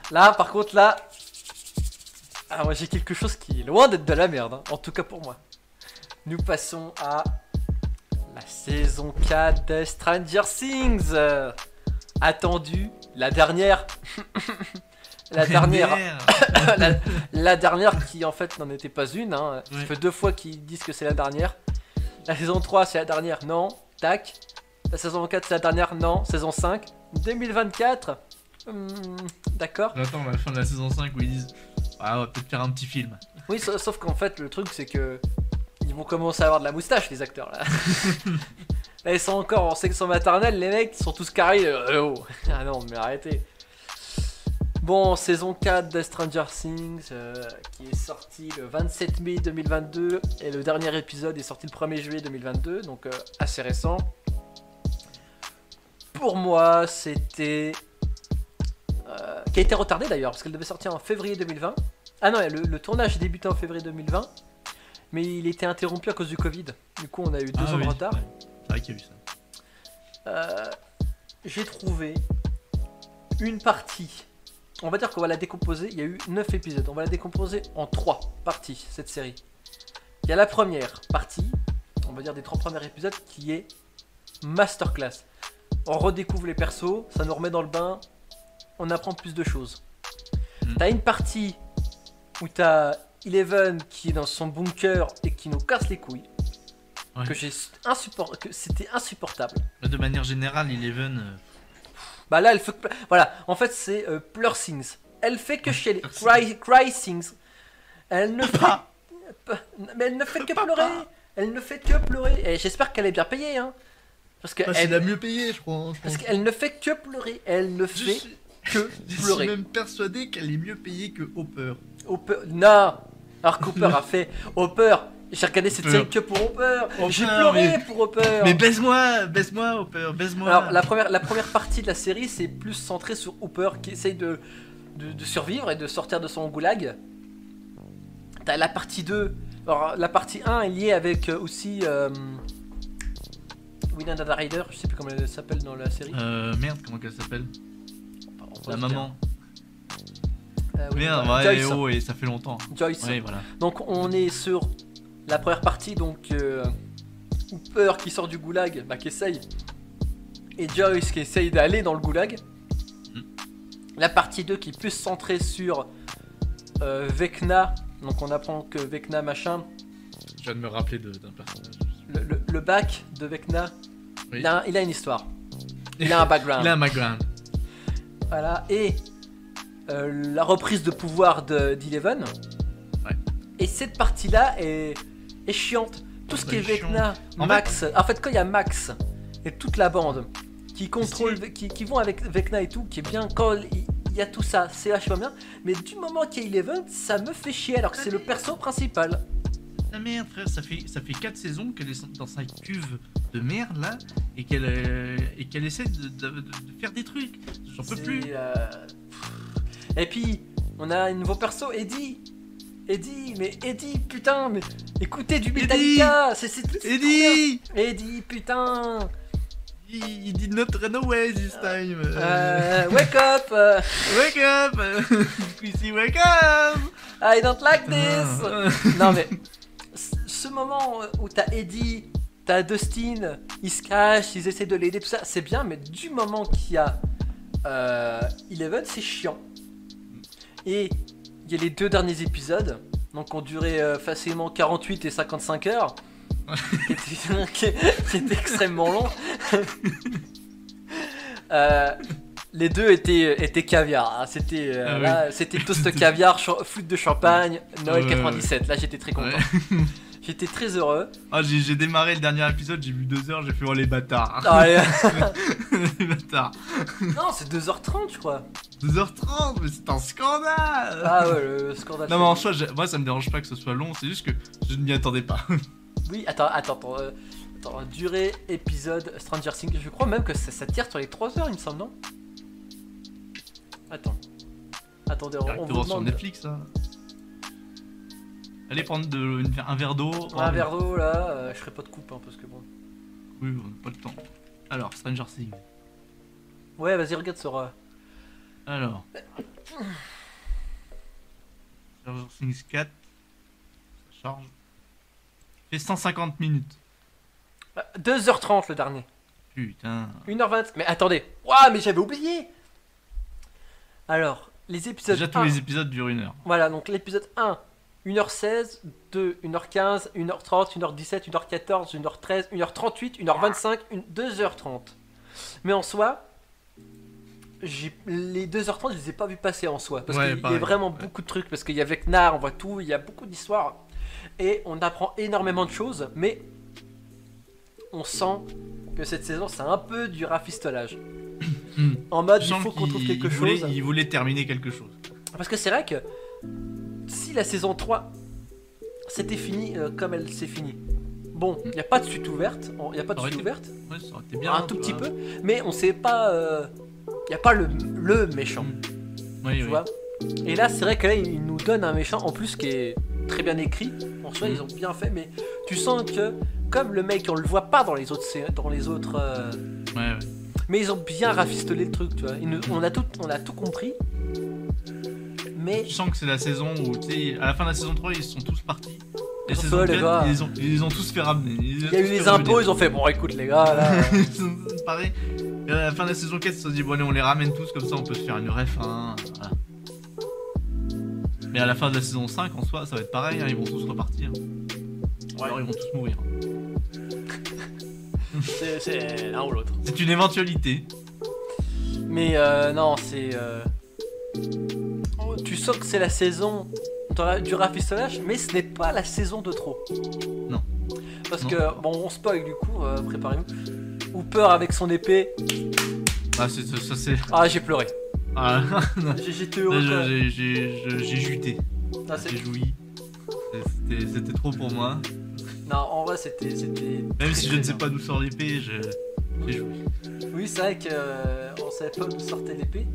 A: Là, par contre, là. Ah, moi j'ai quelque chose qui est loin d'être de la merde, hein, en tout cas pour moi. Nous passons à la saison 4 de Stranger Things. euh, attendue, la dernière. la dernière.
B: Merde.
A: la, la dernière qui en fait n'en était pas une. Hein. Ça
B: Ouais.
A: fait deux fois qu'ils disent que c'est la dernière. La saison 3 c'est la dernière, non. Tac. La saison 4 c'est la dernière, non. Saison 5, 2024. Hmm, D'accord.
B: J'attends la fin de la saison 5 où ils disent Ah, on va peut-être faire un petit film.
A: Oui, sa- sauf qu'en fait le truc c'est que ils vont commencer à avoir de la moustache les acteurs là. là ils sont encore en section maternelle, les mecs ils sont tous carrés. euh, eh oh. Ah non mais arrêtez. Bon, saison 4 de Stranger Things euh, qui est sorti le 27 mai 2022 et le dernier épisode est sorti le 1er juillet 2022, donc euh, assez récent. Pour moi, c'était. euh, qui a été retardé d'ailleurs, parce qu'elle devait sortir en février 2020. Ah non, le, le tournage a débuté en février 2020, mais il était interrompu à cause du Covid. Du coup, on a eu deux ans de retard.
B: Ah Ouais. C'est vrai qu'il y a eu ça.
A: Euh, j'ai trouvé une partie. On va dire qu'on va la décomposer. Il y a eu 9 épisodes. On va la décomposer en 3 parties, cette série. Il y a la première partie, on va dire des trois premiers épisodes, qui est masterclass. On redécouvre les persos, ça nous remet dans le bain, on apprend plus de choses.
B: Mm.
A: T'as une partie où t'as Eleven qui est dans son bunker et qui nous casse les couilles.
B: Ouais.
A: Que j'ai insupport... que c'était insupportable.
B: Mais De manière générale, Eleven. euh,
A: Bah là, elle fait. que- Voilà, en fait, c'est euh, Pleur Things. Elle fait que chialer.
B: Merci.
A: Cry, cry Things. Elle ne fait. Mais elle ne fait que pleurer. Elle ne fait que pleurer. Et j'espère qu'elle est bien payée, hein. Parce
B: ah, c'est la
A: qu'elle
B: mieux payée, je crois. hein, je
A: parce
B: pense.
A: qu'elle ne fait que pleurer. Elle ne
B: Je
A: fait
B: suis-
A: que
B: je suis
A: pleurer.
B: même persuadé qu'elle est mieux payée que Hopper.
A: Hopper. Non Alors Cooper a fait Hopper. J'ai regardé cette
B: Hopper.
A: série que pour Hopper. J'ai
B: Hopper,
A: pleuré
B: mais-
A: pour Hopper.
B: Mais baise-moi, baise-moi, Hopper, baise-moi.
A: Alors la première, la première partie de la série c'est plus centré sur Hooper qui essaye de, de, de survivre et de sortir de son goulag. T'as la partie 2. Alors la partie 1 est liée avec euh, aussi euh, Winona the Rider, je sais plus comment elle s'appelle dans la série.
B: Euh, merde, comment qu'elle s'appelle
A: Enfin, on
B: Ah, La
A: va se
B: maman.
A: dire. Euh, Winona-
B: Merde, ouais, et
A: Joyce.
B: oh, et ça fait longtemps.
A: Joyce.
B: Ouais, voilà.
A: Donc on est sur la première partie, donc euh, Hooper qui sort du goulag, bah, qui essaye, et Joyce qui essaye d'aller dans le goulag.
B: Mm.
A: La partie 2 qui est plus centrée sur euh, Vecna, donc on apprend que Vecna machin,
B: Je viens de me rappeler de- d'un personnage.
A: le, le- le bac de Vecna,
B: Oui.
A: il, a, il a une histoire, il a un background.
B: Il a un background.
A: Voilà, et euh, la reprise de pouvoir de- d'Eleven.
B: Ouais.
A: Et cette partie-là est, est chiante. Tout ce qui est
B: Elle Bah, est
A: Vecna,
B: En
A: Max. En fait, quand il y a Max et toute la bande qui contrôle, qui, qui vont avec Vecna et tout, qui est bien, quand il il y a tout ça, c'est vachement bien. Mais du moment qu'il y a Eleven, ça me fait chier alors que c'est le perso principal.
B: La Ah, merde, frère, ça fait, ça fait 4 saisons qu'elle est dans sa cuve de merde là et qu'elle euh, et qu'elle essaie de, de- de- de faire des trucs. J'en peux
A: C'est,
B: plus.
A: euh, pff. Et puis, on a un nouveau perso, Eddie. Eddie, mais Eddie, putain, mais écoutez du Metallica, c'est c'est- c'est
B: Eddie
A: trop bien. Eddie, putain
B: il, il dit not run away this time. Euh,
A: Euh, Wake up euh,
B: Wake up Chrissy, wake up
A: I don't like this
B: Ah.
A: Non mais, c- ce moment où t'as Eddie, t'as Dustin, ils se cachent, ils essaient de l'aider, tout ça, c'est bien, mais du moment qu'il y a euh, Eleven, c'est chiant. Et il y a les deux derniers épisodes, donc ont duré euh, facilement 48 et 55 heures, qui étaient- qui qui étaient extrêmement long. Euh, les deux étaient, étaient caviar, hein. c'était euh,
B: Ah oui.
A: là, c'était toast caviar, cha- flûte de champagne, Noël
B: Ouais.
A: 97, là j'étais très content.
B: Ouais.
A: J'étais très heureux.
B: Ah, j'ai j'ai démarré le dernier épisode, j'ai vu deux heures, j'ai fait oh les bâtards.
A: Ah, et-
B: les bâtards.
A: non, c'est 2h30, je crois.
B: 2h30, mais c'est un scandale
A: Ah ouais, le scandale.
B: Non mais en soi, j'ai- moi ça me dérange pas que ce soit long, c'est juste que je ne m'y attendais pas.
A: Oui, attends, attends, attends. euh, attends, durée, épisode, Stranger Things. Je crois même que ça, ça tire sur les 3 heures, il me semble, non Attends. Attendez, on, on vous
B: Directement sur
A: demande
B: Netflix, ça. Allez prendre de, une- un verre d'eau.
A: un
B: Oh,
A: verre d'eau là. euh, je ferai pas de coupe, hein, parce que bon.
B: Oui, on n'a pas le temps. Alors, Stranger Things.
A: Ouais, vas-y, regarde euh, Sora.
B: Alors. Stranger Things 4. Ça charge. Fait 150 minutes.
A: Ah, 2h30 le dernier.
B: Putain.
A: 1h20. Mais attendez. Waouh, mais j'avais oublié Alors, les épisodes.
B: Déjà tous
A: 1.
B: les épisodes durent une heure.
A: Voilà, donc l'épisode 1, 1h16, 2, 1h15, 1h30, 1h17, 1h14, 1h13, 1h38, 1h25, 2h30. Mais en soi, j'ai- les 2h30, je les ai pas vus passer en soi. Parce
B: Ouais,
A: qu'il y a
B: pareil,
A: vraiment
B: ouais.
A: beaucoup de trucs. Parce qu'il y a Vecna, on voit tout, il y a beaucoup d'histoires. Et on apprend énormément de choses, mais on sent que cette saison, c'est un peu du rafistolage. en mode, Ah, il
B: Semble
A: faut qu'on trouve
B: qu'il-
A: quelque
B: Hmm. il voulait-
A: chose.
B: Il voulait terminer quelque chose.
A: Parce que c'est vrai que si la saison 3 s'était finie euh, comme elle s'est finie, bon, il n'y a pas de suite ouverte, il n'y a pas de
B: Aurait
A: suite
B: été
A: ouverte,
B: Ouais, ça aurait été bien.
A: un
B: hein,
A: tout
B: tu
A: petit
B: vois.
A: peu, mais on sait pas, il n'y a pas le, le méchant,
B: Oui,
A: tu
B: oui.
A: vois. Et là, c'est vrai que là, ils nous donnent un méchant en plus qui est très bien écrit, en soi,
B: Mm.
A: ils ont bien fait, mais tu sens que, comme le mec, on le voit pas dans les autres, sé- dans les autres euh,
B: Ouais, ouais.
A: mais ils ont bien rafistolé le truc, tu vois. Ils nous- on, a tout, on a tout compris, mais
B: Tu sens que c'est la saison où, tu sais, à la fin de la saison 3, ils sont tous partis. La
A: Pour
B: saison
A: ça, les
B: 4,
A: gars.
B: ils, les ont, ils les ont tous fait ramener.
A: Il y a eu les impôts, ils ont fait bon écoute les gars là.
B: Ils sont tous parés. Et à la fin de la saison 4, ils se sont dit, bon, allez, on les ramène tous, comme ça, on peut se faire une ref. hein. Voilà. Mais à la fin de la saison 5, en soi, ça va être pareil, hein, ils vont tous repartir. Ou Alors, ils vont tous mourir.
A: c'est- c'est l'un ou l'autre.
B: C'est une éventualité.
A: Mais euh, non, c'est. euh, oh, Tu sens que c'est la saison dans la- du rafistolage, mais ce n'est pas la saison de trop.
B: Non.
A: Parce
B: Non.
A: que, bon, on spoil du coup, euh, préparez-vous. Hooper avec son épée,
B: Ah, c'est, ça, ça, c'est.
A: ah j'ai pleuré.
B: Ah, là,
A: J'ai- J'étais heureux. quoi.
B: j'ai, j'ai, j'ai- j'ai juté.
A: Non, c'est-
B: j'ai joui. C'était, c'était trop pour moi.
A: non, en vrai, c'était. c'était
B: Même
A: très,
B: si je
A: très
B: ne sais
A: bien.
B: pas d'où sort l'épée, je... j'ai joué.
A: Oui, c'est vrai qu'on savait pas d'où sortait l'épée.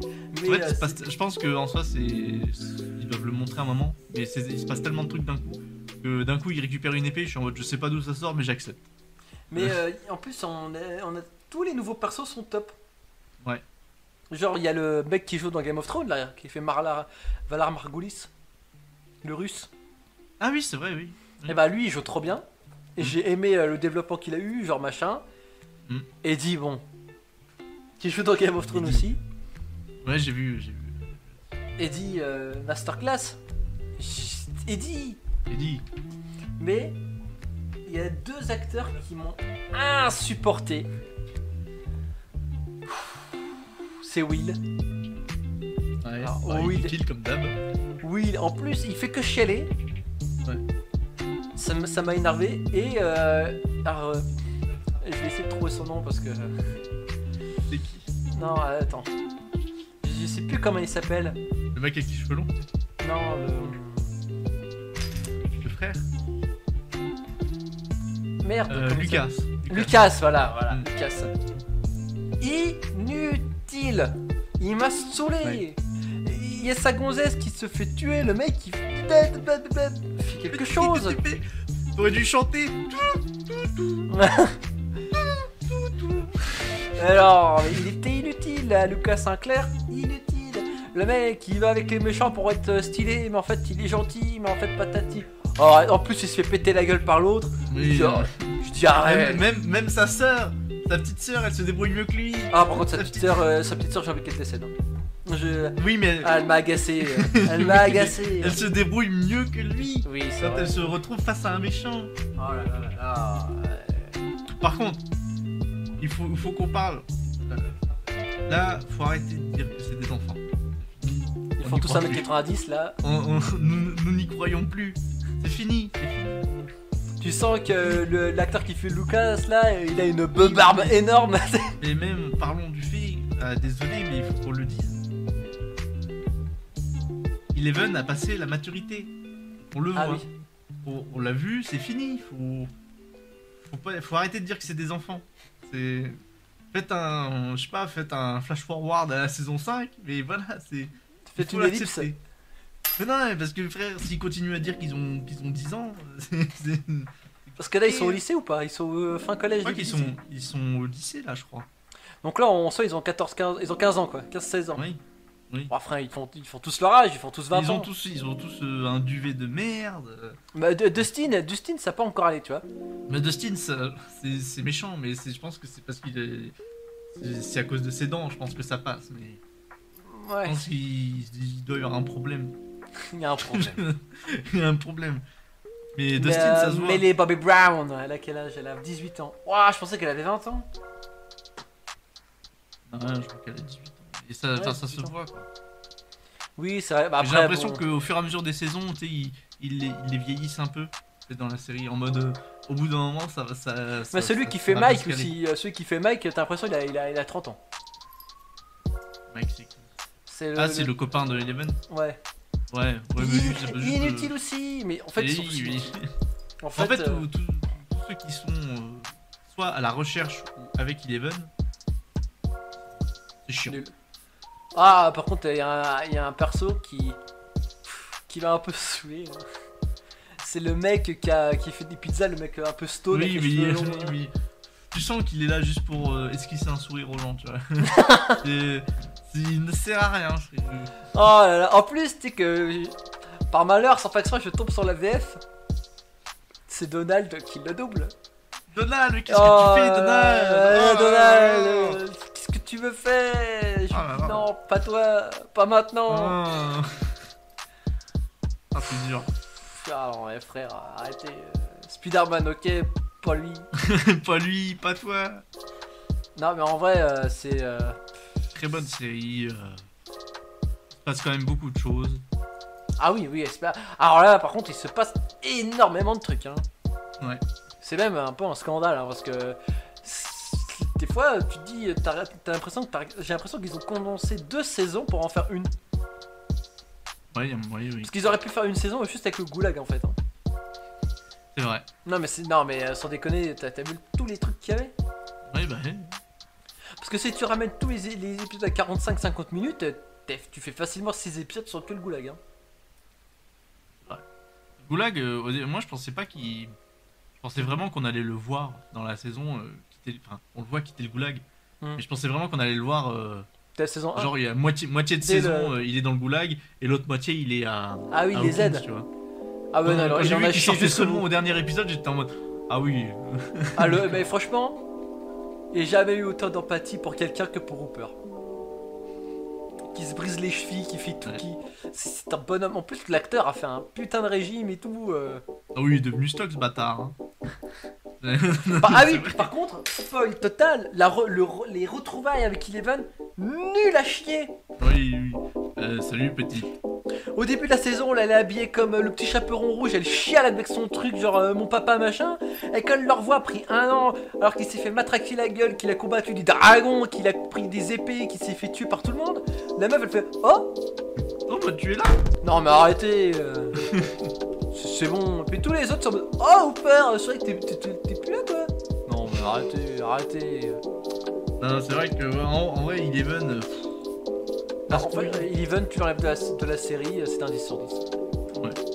A: Mais.
B: En fait, il
A: euh,
B: se passe- je pense que en soi, c'est ils doivent le montrer à un moment, mais c'est- il se passe tellement de trucs d'un coup que d'un coup, il récupère une épée. Je suis en mode, je sais pas d'où ça sort, mais j'accepte.
A: Mais euh, en plus, on a, on a- tous les nouveaux persos sont top.
B: Ouais.
A: Genre, il y a le mec qui joue dans Game of Thrones, là, qui fait Marla, Valar Margulis, le russe.
B: Ah oui, c'est vrai, oui.
A: Et bah, lui, il joue trop bien. Et
B: Mhm.
A: j'ai aimé euh, le développement qu'il a eu, genre machin.
B: Mhm.
A: Et dit, bon, qui joue dans Game of Thrones aussi.
B: Ouais, j'ai vu, j'ai vu.
A: Eddie euh, Masterclass. Chut, Eddie
B: J'ai dit,
A: Mais il y a deux acteurs qui m'ont insupporté. C'est Will.
B: ouais,
A: Ah,
B: bah,
A: oui,
B: il file comme d'hab.
A: Oui, en plus, il fait que chialer.
B: Ouais.
A: Ça m- ça m'a énervé. Et. euh, alors, euh, je vais essayer de trouver son nom parce que.
B: C'est qui
A: Non, euh, attends. Je sais plus comment il s'appelle.
B: Le mec avec les cheveux longs,
A: Non, le.
B: le frère.
A: Merde.
B: Euh,
A: comment il
B: Lucas.
A: s'appelle Lucas, voilà, voilà,
B: Mm.
A: Lucas. Inutile Il m'a saoulé
B: Ouais.
A: Il y a sa gonzesse qui se fait tuer, le mec qui fait fait quelque chose
B: T'aurais dû chanter.
A: Alors, il était inutile, là, Lucas Sinclair, inutile. Le mec, il va avec les méchants pour être euh, stylé, mais en fait, il est gentil, mais en fait, patati. Oh, en plus, il se fait péter la gueule par l'autre.
B: Oui,
A: Genre,
B: euh,
A: Je dis arrête.
B: même, même, même sa sœur, sa petite sœur, elle se débrouille mieux que lui.
A: Ah, par contre, sa petite sœur, euh, sa petite sœur, j'ai envie qu'elle décède. hein. Je...
B: Oui, mais
A: Ah, elle m'a agacé. euh, Elle m'a agacé.
B: elle se débrouille mieux que lui.
A: Oui, c'est
B: Quand
A: vrai.
B: elle se retrouve face à un méchant.
A: Oh là là Ah, euh, là là.
B: Par contre, il faut, il faut qu'on parle. Euh, Là, faut arrêter de dire que c'est des enfants.
A: Ils
B: On
A: font
B: y
A: tous
B: croit plus.
A: 1m90 là.
B: On- on- nous nous n'y croyons plus. C'est fini. c'est fini.
A: Tu sens que le- l'acteur qui fait Lucas là, il a une bebarbe énorme.
B: Et même, parlons du fait, ah, désolé, mais il faut qu'on le dise. Eleven a passé la maturité. On le voit.
A: ah oui.
B: On, on l'a vu, c'est fini. Faut, faut, pas- faut arrêter de dire que c'est des enfants. C'est. Faites un. Je sais pas, faites un flash forward à la saison 5, mais voilà, c'est.
A: Faites
B: faut
A: une ellipse.
B: l'accepter. Mais non, mais parce que frère, s'ils continuent à dire qu'ils ont, qu'ils ont 10 ans, c'est. c'est-
A: Parce que là, ils sont au lycée ou pas Ils sont euh, fin collège
B: Je crois
A: début
B: qu'ils
A: lycée.
B: sont, ils sont au lycée là, je crois.
A: Donc là, on sent ils ont 14, 15, ils ont 15 ans quoi, 15, 16 ans.
B: Oui.
A: Bon, après, ils font, ils font tous leur âge, ils font tous 20
B: Ils
A: ans.
B: ont tous, ils ont tous euh, un duvet de merde.
A: Bah, de- Dustin, Dustin, ça peut encore aller, tu vois.
B: Mais Dustin, ça- c'est c'est méchant, mais c'est- je pense que c'est parce qu'il est. c'est- C'est à cause de ses dents, je pense que ça passe, mais je
A: Ouais,
B: pense qu'il il doit y avoir un problème.
A: il y a un problème.
B: Il y a un problème. Mais
A: mais,
B: Dustin,
A: euh,
B: ça se voit.
A: mais les Bobby Brown, elle a quel âge Elle a 18 ans. Ouah, je pensais qu'elle avait 20 ans.
B: Ah, ouais, je crois qu'elle a 18 ans. Et ça,
A: Ouais,
B: enfin, ça se
A: 18 ans.
B: voit. quoi.
A: Oui, c'est vrai. Bah,
B: Mais
A: après,
B: J'ai l'impression
A: bon,
B: qu'au fur et à mesure des saisons, tu sais, ils, ils les, ils les vieillissent un peu. C'est dans la série, en mode. euh, au bout d'un moment, ça va. Ça,
A: Mais
B: ça-
A: Bah, celui
B: ça-
A: qui
B: ça
A: fait
B: va bien
A: Mike
B: se caler.
A: aussi, euh, celui qui fait Mike, t'as l'impression qu'il a, il a, il a 30 ans.
B: Mike, c'est qui
A: C'est le,
B: Ah, c'est le copain de Eleven
A: Ouais.
B: Ouais, ouais, mais lui,
A: Inutile,
B: c'est pas juste, euh,
A: inutile aussi, mais en fait, ils sont
B: oui,
A: tous
B: oui.
A: inutiles. En
B: En fait,
A: fait, euh,
B: tous- tous tous ceux qui sont euh, soit à la recherche ou avec Eleven, c'est chiant.
A: nul. Ah, par contre, il y, a un- il y a un perso qui. qui m'a un peu saoulé. hein. C'est le mec qui, a, qui fait des pizzas, le mec euh, un peu stone.
B: oui,
A: avec les
B: mais,
A: cheveux longs, hein.
B: oui, mais tu sens qu'il est là juste pour euh, esquisser un sourire aux gens, tu vois. C'est- c'est- Il ne sert à rien. c'est-
A: Oh là là, en plus, tu sais que par malheur, sans faire exprès, je tombe sur la VF. C'est Donald qui le double.
B: Donald, mais qu'est-ce
A: Oh,
B: que tu fais, Donald
A: euh,
B: Oh là là
A: Donald, Ah, bah, euh, Qu'est-ce que tu veux faire Je lui
B: Oh là
A: dis,
B: là.
A: Non, pas toi, pas maintenant.
B: Ah. Ah, c'est dur.
A: Ah ouais, frère, arrêtez. euh, Spider-Man, ok, pas lui.
B: pas lui, pas toi.
A: Non, mais en vrai, euh, c'est. euh,
B: Très bonne série. euh, Il se passe quand même beaucoup de choses.
A: Ah oui, oui, c'est pas- Alors là, par contre, il se passe énormément de trucs. Hein.
B: Ouais.
A: C'est même un peu un scandale, hein, parce que c'est- des fois, tu te dis, t'as t'as l'impression que t'as- j'ai l'impression qu'ils ont condensé deux saisons pour en faire une.
B: Ouais, ouais, oui,
A: Parce qu'ils auraient pu faire une saison juste avec le goulag en fait. hein.
B: c'est vrai.
A: Non mais c'est non mais euh, sans déconner, t'as t'as vu tous les trucs qu'il y avait.
B: Ouais, bah, ouais.
A: Parce que si tu ramènes tous les, les épisodes à 45-50 minutes, euh, t'es- tu fais facilement 6 épisodes sur que le goulag. Hein.
B: Goulag, euh, au dé- moi je pensais pas qu'il. Je pensais vraiment qu'on allait le voir dans la saison. euh, quitter... Enfin, on le voit quitter le goulag.
A: Hmm.
B: Mais je pensais vraiment qu'on allait le voir. euh,
A: T'as la saison 1.
B: Genre, il y a moitié, moitié de
A: Dès le-
B: saison, euh, il est dans le goulag, et l'autre moitié, il est à.
A: ah oui,
B: à
A: les
B: Hawkins,
A: aides.
B: tu vois.
A: Ah ouais, non, alors,
B: Quand
A: il
B: j'ai
A: en
B: vu
A: a
B: qu'il
A: chié
B: sortait
A: jusqu'au bout.
B: seulement au dernier épisode, j'étais en mode. Ah oui,
A: Ah le, mais franchement, j'ai jamais eu autant d'empathie pour quelqu'un que pour Hooper. Qui se brise les chevilles, qui fait tout,
B: Ouais.
A: qui. C'est c'est un bonhomme. En plus, l'acteur a fait un putain de régime et tout. euh.
B: ah oui, il est devenu stock ce bâtard. hein.
A: Par- ah oui,
B: C'est vrai.
A: par contre, folle totale, la re- le re- les retrouvailles avec Eleven, nul à chier.
B: Oui, oui. Euh, salut petit.
A: Au début de la saison, là, elle est habillée comme euh, le petit chaperon rouge, elle chiale avec son truc, genre euh, mon papa machin. Et quand elle le revoit après un an, alors qu'il s'est fait matraquer la gueule, qu'il a combattu des dragons, qu'il a pris des épées, qu'il s'est fait tuer par tout le monde, la meuf elle fait Oh
B: Oh bah tu es là
A: Non mais arrêtez euh, C'est c'est bon. Puis tous les autres sont en mode Oh Hooper, c'est vrai que t'es- t'es- t'es t'es plus là quoi Non mais arrêtez, arrêtez.
B: Non, c'est vrai que ouais, en, en vrai, euh, il est bon.
A: Alors, en fait, Eleven, tu l'enlèves de la, de la série, euh, c'est un 10 sur 10.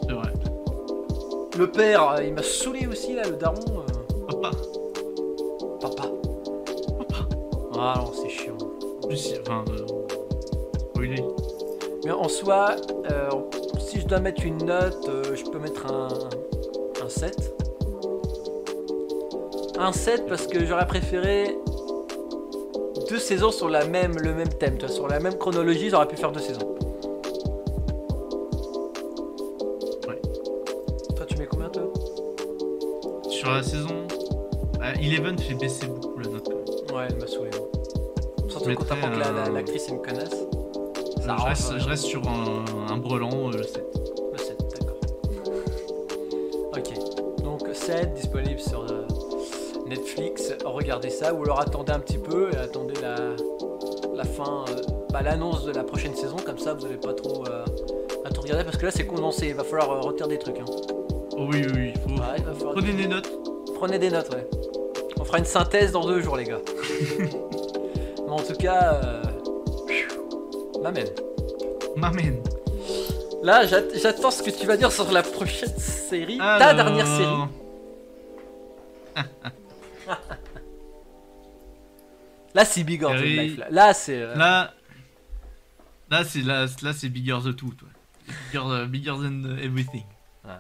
B: C'est vrai.
A: Le père, euh, il m'a saoulé aussi là, le daron. euh.
B: Papa.
A: Papa. Ah non, c'est chiant.
B: En plus, il- enfin. euh, spoiler.
A: Mais en soi, euh, si je dois mettre une note, euh, je peux mettre un, un 7. Un 7 parce que j'aurais préféré deux saisons sur la même, le même thème, tu vois, sur la même chronologie, j'aurais pu faire deux saisons.
B: Ouais.
A: Toi, tu mets combien, toi
B: Sur la saison, bah, Eleven fait baisser beaucoup la note quand même.
A: Ouais, elle m'a saoulé. Surtout
B: Je
A: quand t'apprends que la- la-
B: mettrais un-
A: l'actrice, la, une connasse.
B: Euh, Je
A: Ça euh, arrange,
B: reste,
A: ouais.
B: je reste sur un,
A: Ah,
B: un brelan, euh, le 7.
A: Le 7, d'accord. Ok. Donc 2007, disponible sur euh, Netflix. Regardez ça, ou alors attendez un petit peu et attendez la, la fin, euh, bah, l'annonce de la prochaine saison, comme ça vous n'avez pas trop euh, à tout regarder, parce que là c'est condensé, il va falloir euh, retenir des trucs. hein.
B: Oh oui, oui, oui, faut...
A: Ouais, il va falloir-
B: Prenez des notes.
A: Prenez des notes, ouais. On fera une synthèse dans deux jours, les gars. Mais en tout cas, euh... m'amène.
B: M'amène.
A: Là, j'at- j'attends ce que tu vas dire sur la prochaine série, ta dernière série. Là, c'est Big Ordeal
B: Série.
A: Life. Là, Là, c'est. euh,
B: Là, là c'est là, là c'est bigger the two, toi. Bigger, euh, bigger than everything.
A: Ouais.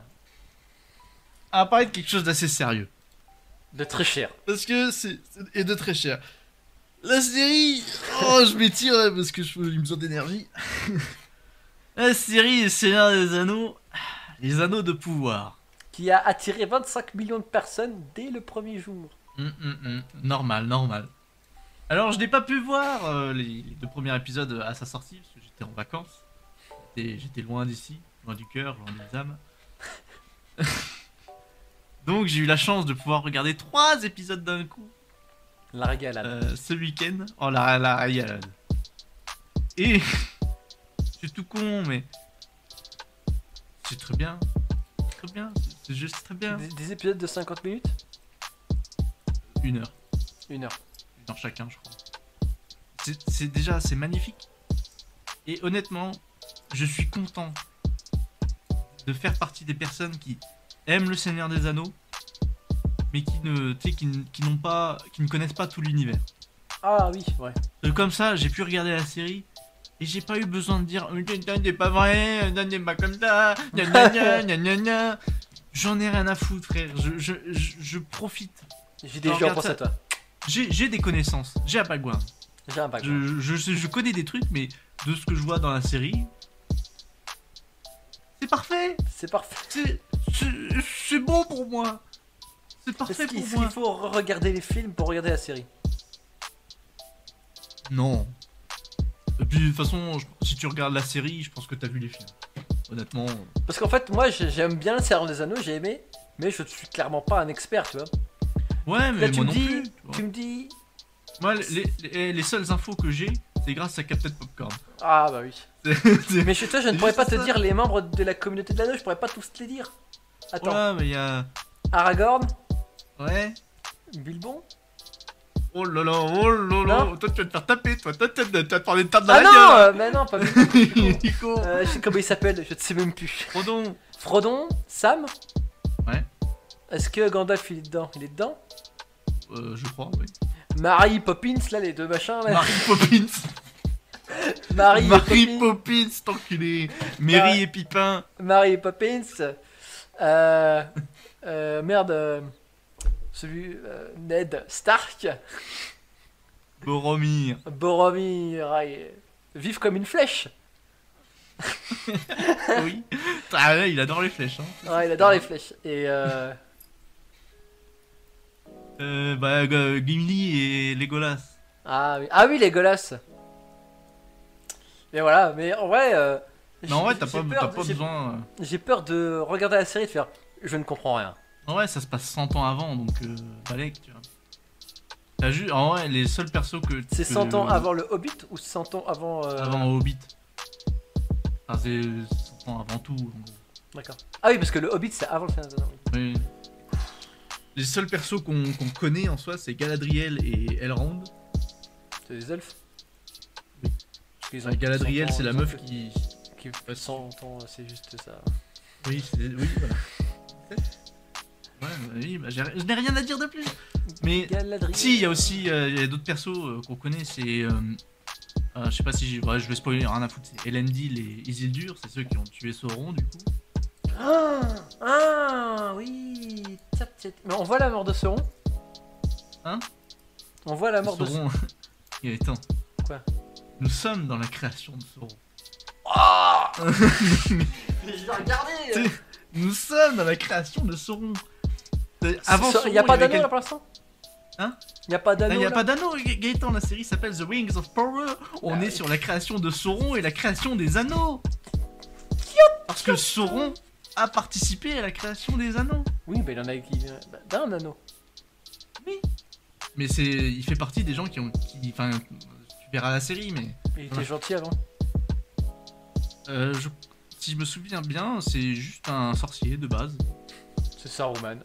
B: À paraître quelque chose d'assez sérieux.
A: de très cher.
B: Parce que c'est c'est- et de très cher. La série, oh je m'étire là parce que je j'ai besoin d'énergie. La série Seigneur des Anneaux, les Anneaux de pouvoir.
A: Qui a attiré 25 millions de personnes dès le premier jour.
B: Hum, hum, hum. Normal, normal. Alors, je n'ai pas pu voir euh, les, les deux premiers épisodes à sa sortie, parce que j'étais en vacances. J'étais j'étais loin d'ici, loin du cœur, loin des âmes. Donc, j'ai eu la chance de pouvoir regarder trois épisodes d'un coup
A: La régalade.
B: euh, ce week-end. Oh la la régalade. Et c'est tout con, mais c'est très bien. C'est Très bien, c'est- c'est juste très bien.
A: Des, des épisodes de 50 minutes
B: Une heure.
A: Une heure.
B: dans chacun, je crois. C'est- C'est déjà, c'est magnifique. Et honnêtement, je suis content de faire partie des personnes qui aiment le Seigneur des Anneaux, mais qui ne, tu sais, qui, n- qui n'ont pas, qui ne connaissent pas tout l'univers.
A: Ah oui, ouais.
B: Euh, Comme ça, j'ai pu regarder la série et j'ai pas eu besoin de dire Euh, gna, gna, n'est pas vrai, euh, gna, n'est pas comme ça, gna, gna, gna, gna, gna, gna. J'en ai rien à foutre, frère. Je- je- je- je profite.
A: J'ai des
B: Alors,
A: jeux en
B: regarde
A: pense à
B: ça.
A: toi.
B: J'ai j'ai des connaissances. J'ai un background.
A: J'ai un bac.
B: Je, je, sais- je connais des trucs, mais de ce que je vois dans la série, c'est parfait.
A: C'est parfait.
B: C'est c'est- c'est bon pour moi. C'est parfait
A: Est-ce qu'il
B: pour
A: est-ce qu'il
B: moi.
A: faut regarder les films pour regarder la série
B: Non. Et puis de toute façon, je- si tu regardes la série, je pense que t'as vu les films. Honnêtement.
A: Parce qu'en fait, moi, j'ai- j'aime bien le Seigneur des Anneaux, j'ai aimé, mais je ne suis clairement pas un expert, tu vois.
B: Ouais, mais
A: Là, tu
B: moi
A: me
B: non
A: dis,
B: plus. euh, tu vois.
A: tu me dis,
B: Moi, les, les- les seules infos que j'ai, c'est grâce à Captain Popcorn.
A: ah bah oui.
B: C'est-
A: Mais chez toi, je ne
B: C'est
A: pourrais pas
B: juste
A: te
B: ça.
A: dire les membres de la communauté de l'anneau, je pourrais pas tous te les dire. Attends,
B: Voilà, mais il y a.
A: Aragorn,
B: Ouais.
A: Bilbon
B: Oh là là, oh là là.
A: Non.
B: Toi, tu vas te faire taper, toi. Toi, tu vas te tu vas te prendre des tartes dans
A: Ah
B: la
A: non, euh, mais non, pas Bilbon.
B: gueule. Nico.
A: Euh, je sais comment il s'appelle, je ne sais même plus.
B: Rodon.
A: Frodon, Sam
B: Ouais.
A: Est-ce que Gandalf il est dedans Il est dedans
B: Euh, je crois, oui.
A: Mary Poppins, là, les deux machins, là.
B: Mary Poppins.
A: Mary, et
B: Mary
A: Poppins.
B: Poppins, t'enculé.
A: Bah-
B: Mary et Pipin.
A: Mary et Poppins. Euh, euh, merde. euh, celui. euh, Ned Stark.
B: Boromir.
A: Boromir. ah, il est- Vif comme une flèche.
B: Oui. Ah là, il adore les flèches. Hein.
A: Ouais, il adore les flèches. Et. euh,
B: Euh, bah, euh, Gimli et Legolas.
A: Ah oui, ah oui les golasses. Mais voilà, mais en vrai. euh,
B: Non, en vrai,
A: j'ai-
B: t'as
A: j'ai
B: pas,
A: peur
B: t'as
A: de-
B: pas
A: j'ai-
B: besoin. euh.
A: J'ai peur de regarder la série et de faire. Je ne comprends rien.
B: En vrai, ça se passe 100 ans avant, donc euh, Balek, tu vois. T'as juste. En vrai, les seuls persos que.
A: C'est
B: que-
A: 100 ans avant le Hobbit ou 100 ans avant. euh,
B: Avant Hobbit. Enfin, c'est 100 ans avant tout. en gros.
A: D'accord. Ah oui, parce que le Hobbit c'est avant le Seigneur des Anneaux, oui.
B: Oui. Les seuls persos qu'on qu'on connaît en soi, c'est Galadriel et Elrond.
A: C'est des elfes
B: Oui.
A: Parce qu'ils ont
B: Ouais, Galadriel,
A: 100 ans,
B: c'est la
A: ils ont
B: meuf
A: fait-
B: qui.
A: qui fait 100 ans, euh, c'est juste ça.
B: Oui, c'est- oui, voilà. Ouais, bah oui, bah, j'ai- je n'ai rien à dire de plus. Mais
A: Galadriel.
B: si, il y a aussi euh, il y a d'autres persos euh, qu'on connaît, c'est. euh, euh, je sais pas si j'ai- ouais, je vais spoiler, rien à foutre. C'est Elendil et Isildur, c'est ceux qui ont tué Sauron du coup.
A: Ah, ah oui. Tchap, tchap. Mais on voit la mort de Sauron
B: Hein
A: On voit la mort de Sauron.
B: Sauron. il est temps.
A: Quoi
B: Nous sommes dans la création de Sauron.
A: Ah Mais je vais regarder
B: T'es- Nous sommes dans la création de Sauron. C'est- Avant
A: Il
B: Sauron,
A: n'y a pas
B: il y avait
A: d'anneau là pour l'instant
B: Hein
A: Il n'y a pas d'anneau
B: Il n'y a
A: là
B: pas d'anneau, Ga- Gaëtan, la série s'appelle The Wings of Power. On
A: Ah,
B: est
A: oui.
B: sur la création de Sauron et la création des anneaux. Parce que Sauron, a participé à la création des anneaux.
A: Oui, mais il en a qui d'un anneau.
B: Oui. Mais c'est, il fait partie des gens qui ont, qui- enfin, tu verras la série, mais
A: Il était
B: Voilà.
A: gentil avant.
B: euh, je- si je me souviens bien, c'est juste un sorcier de base.
A: C'est Saruman.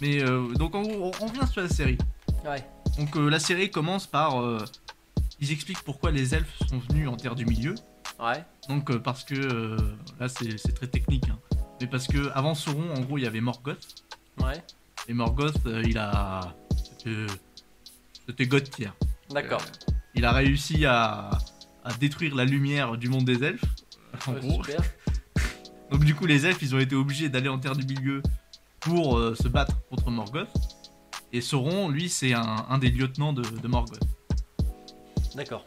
B: Mais euh, donc en gros, on revient sur la série.
A: Ouais.
B: Donc euh, la série commence par, euh, ils expliquent pourquoi les elfes sont venus en Terre du Milieu.
A: Ouais.
B: Donc euh, parce que euh, là c'est c'est très technique, hein. mais parce que avant Sauron, en gros, il y avait Morgoth.
A: Ouais.
B: Et Morgoth, euh, il a, c'était- c'était God tier.
A: D'accord.
B: Il a réussi à, à détruire la lumière du monde des elfes. En
A: Ouais,
B: gros.
A: Euh, super.
B: Donc du coup, les elfes, ils ont été obligés d'aller en Terre du Milieu pour euh, se battre contre Morgoth. Et Sauron, lui, c'est un, un des lieutenants de, de Morgoth.
A: D'accord.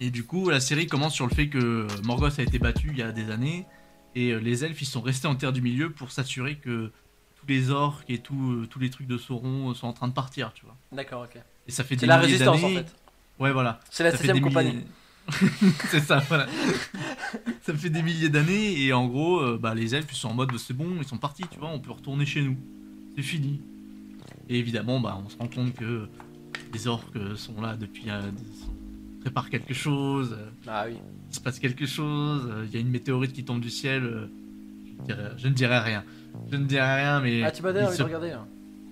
B: Et du coup, la série commence sur le fait que Morgoth a été battu il y a des années, et euh, les elfes, ils sont restés en Terre du Milieu pour s'assurer que tous les orques et tout- tous les trucs de Sauron euh, sont en train de partir, tu vois.
A: D'accord, ok.
B: Et ça fait des
A: C'est la
B: milliers
A: résistance en
B: d'années-
A: fait.
B: Ouais, voilà.
A: C'est la
B: Ça fait des
A: septième compagnie.
B: milliers- c'est ça, voilà. ça fait des milliers d'années et en gros, euh, bah, les elfes ils sont en mode c'est bon, ils sont partis, tu vois, on peut retourner chez nous. C'est fini. Et évidemment, bah, on se rend compte que les orques euh, sont là depuis. euh, ils sont- préparent quelque chose, euh,
A: Ah oui.
B: il se passe quelque chose, euh, il y a une météorite qui tombe du ciel. euh, je, dirais- je ne dirai rien. Je ne dirai rien, mais.
A: Ah, tu m'as donné
B: il
A: envie
B: se
A: de regarder. hein.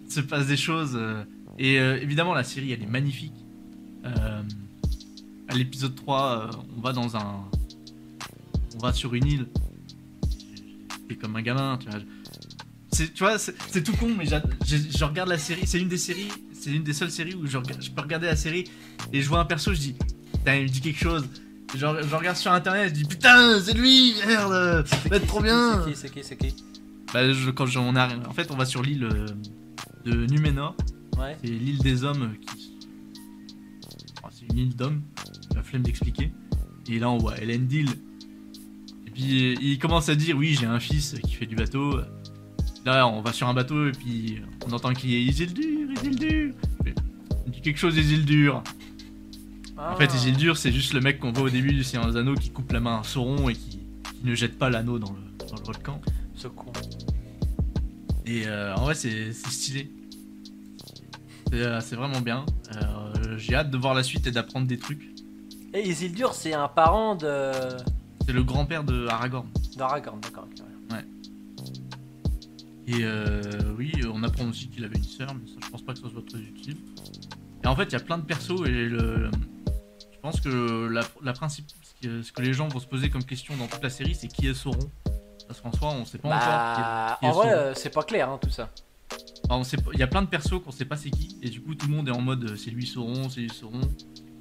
B: se passe des choses. euh, et euh, évidemment, la série, elle est magnifique. Euh, à l'épisode 3, euh, on va dans un. On va sur une île. T'es comme un gamin, tu vois. C'est, tu vois, c'est, c'est tout con, mais j'a- j'ai- je, regarde la série. C'est une des séries, c'est une des seules séries où je, rega- je peux regarder la série et je vois un perso, je dis, putain, il me dit quelque chose. Je, je regarde sur internet, je dis, putain, c'est lui, merde,
A: C'est
B: va
A: qui,
B: être trop
A: c'est qui,
B: bien.
A: C'est qui, c'est qui, c'est qui
B: Bah, je- quand j'en arrive, en fait, on va sur l'île euh, de Numénor.
A: Ouais.
B: C'est l'île des hommes qui. Enfin, c'est une île d'hommes, la flemme d'expliquer. Et là, on voit Elendil. Et puis, euh, il commence à dire Oui, j'ai un fils qui fait du bateau. Là, on va sur un bateau et puis euh, on entend crier Isildur, Isildur Mais, Il dit quelque chose, Isildur. En fait,
A: Ah.
B: Isildur, c'est juste le mec qu'on voit au début du Seigneur des Anneaux qui coupe la main à Sauron et qui, qui ne jette pas l'anneau dans le, dans le volcan.
A: Ce con.
B: Et euh, en vrai, c'est c'est stylé. C'est euh, c'est vraiment bien. Euh, J'ai hâte de voir la suite et d'apprendre des trucs.
A: Et Eh, Isildur, c'est un parent de.
B: C'est le grand-père de Aragorn.
A: d'Aragorn, d'accord. ok, ouais.
B: Et euh, oui, on apprend aussi qu'il avait une sœur, mais ça, je pense pas que ça soit très utile. Et en fait, il y a plein de persos et le. Je pense que la, la principe, ce que, ce que les gens vont se poser comme question dans toute la série, c'est qui est Sauron. Parce qu'en soi, on sait pas encore. qui est-
A: Bah,
B: il y a
A: en vrai,
B: son-
A: euh, c'est pas clair hein, tout ça.
B: Enfin, on sait pas- Il y a plein de persos qu'on sait pas c'est qui, et du coup tout le monde est en mode euh, c'est lui Sauron, c'est lui Sauron.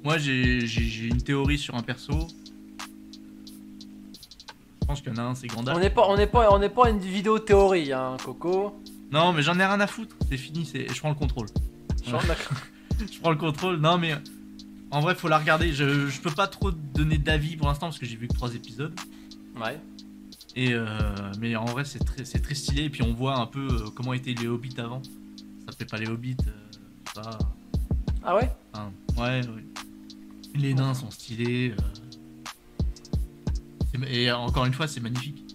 B: Moi j'ai j'ai- j'ai une théorie sur un perso. Je pense qu'il y en a un, c'est
A: On
B: Gandalf.
A: n'est pas, on n'est pas, on n'est pas une vidéo théorie, hein, Coco.
B: Non mais j'en ai rien à foutre, c'est fini, c'est- je prends le contrôle.
A: Genre, d'accord.
B: Je prends le contrôle, non mais euh, en vrai faut la regarder, je, je peux pas trop donner d'avis pour l'instant parce que j'ai vu que trois épisodes.
A: Ouais.
B: Et euh, mais en vrai c'est très, c'est très stylé et puis on voit un peu euh, comment étaient les hobbits avant. Ça fait pas les hobbits, euh, ça...
A: Ah ouais.
B: Enfin, Hein, ouais, ouais. Les nains sont stylés. euh. C'est ma- Et encore une fois, c'est magnifique.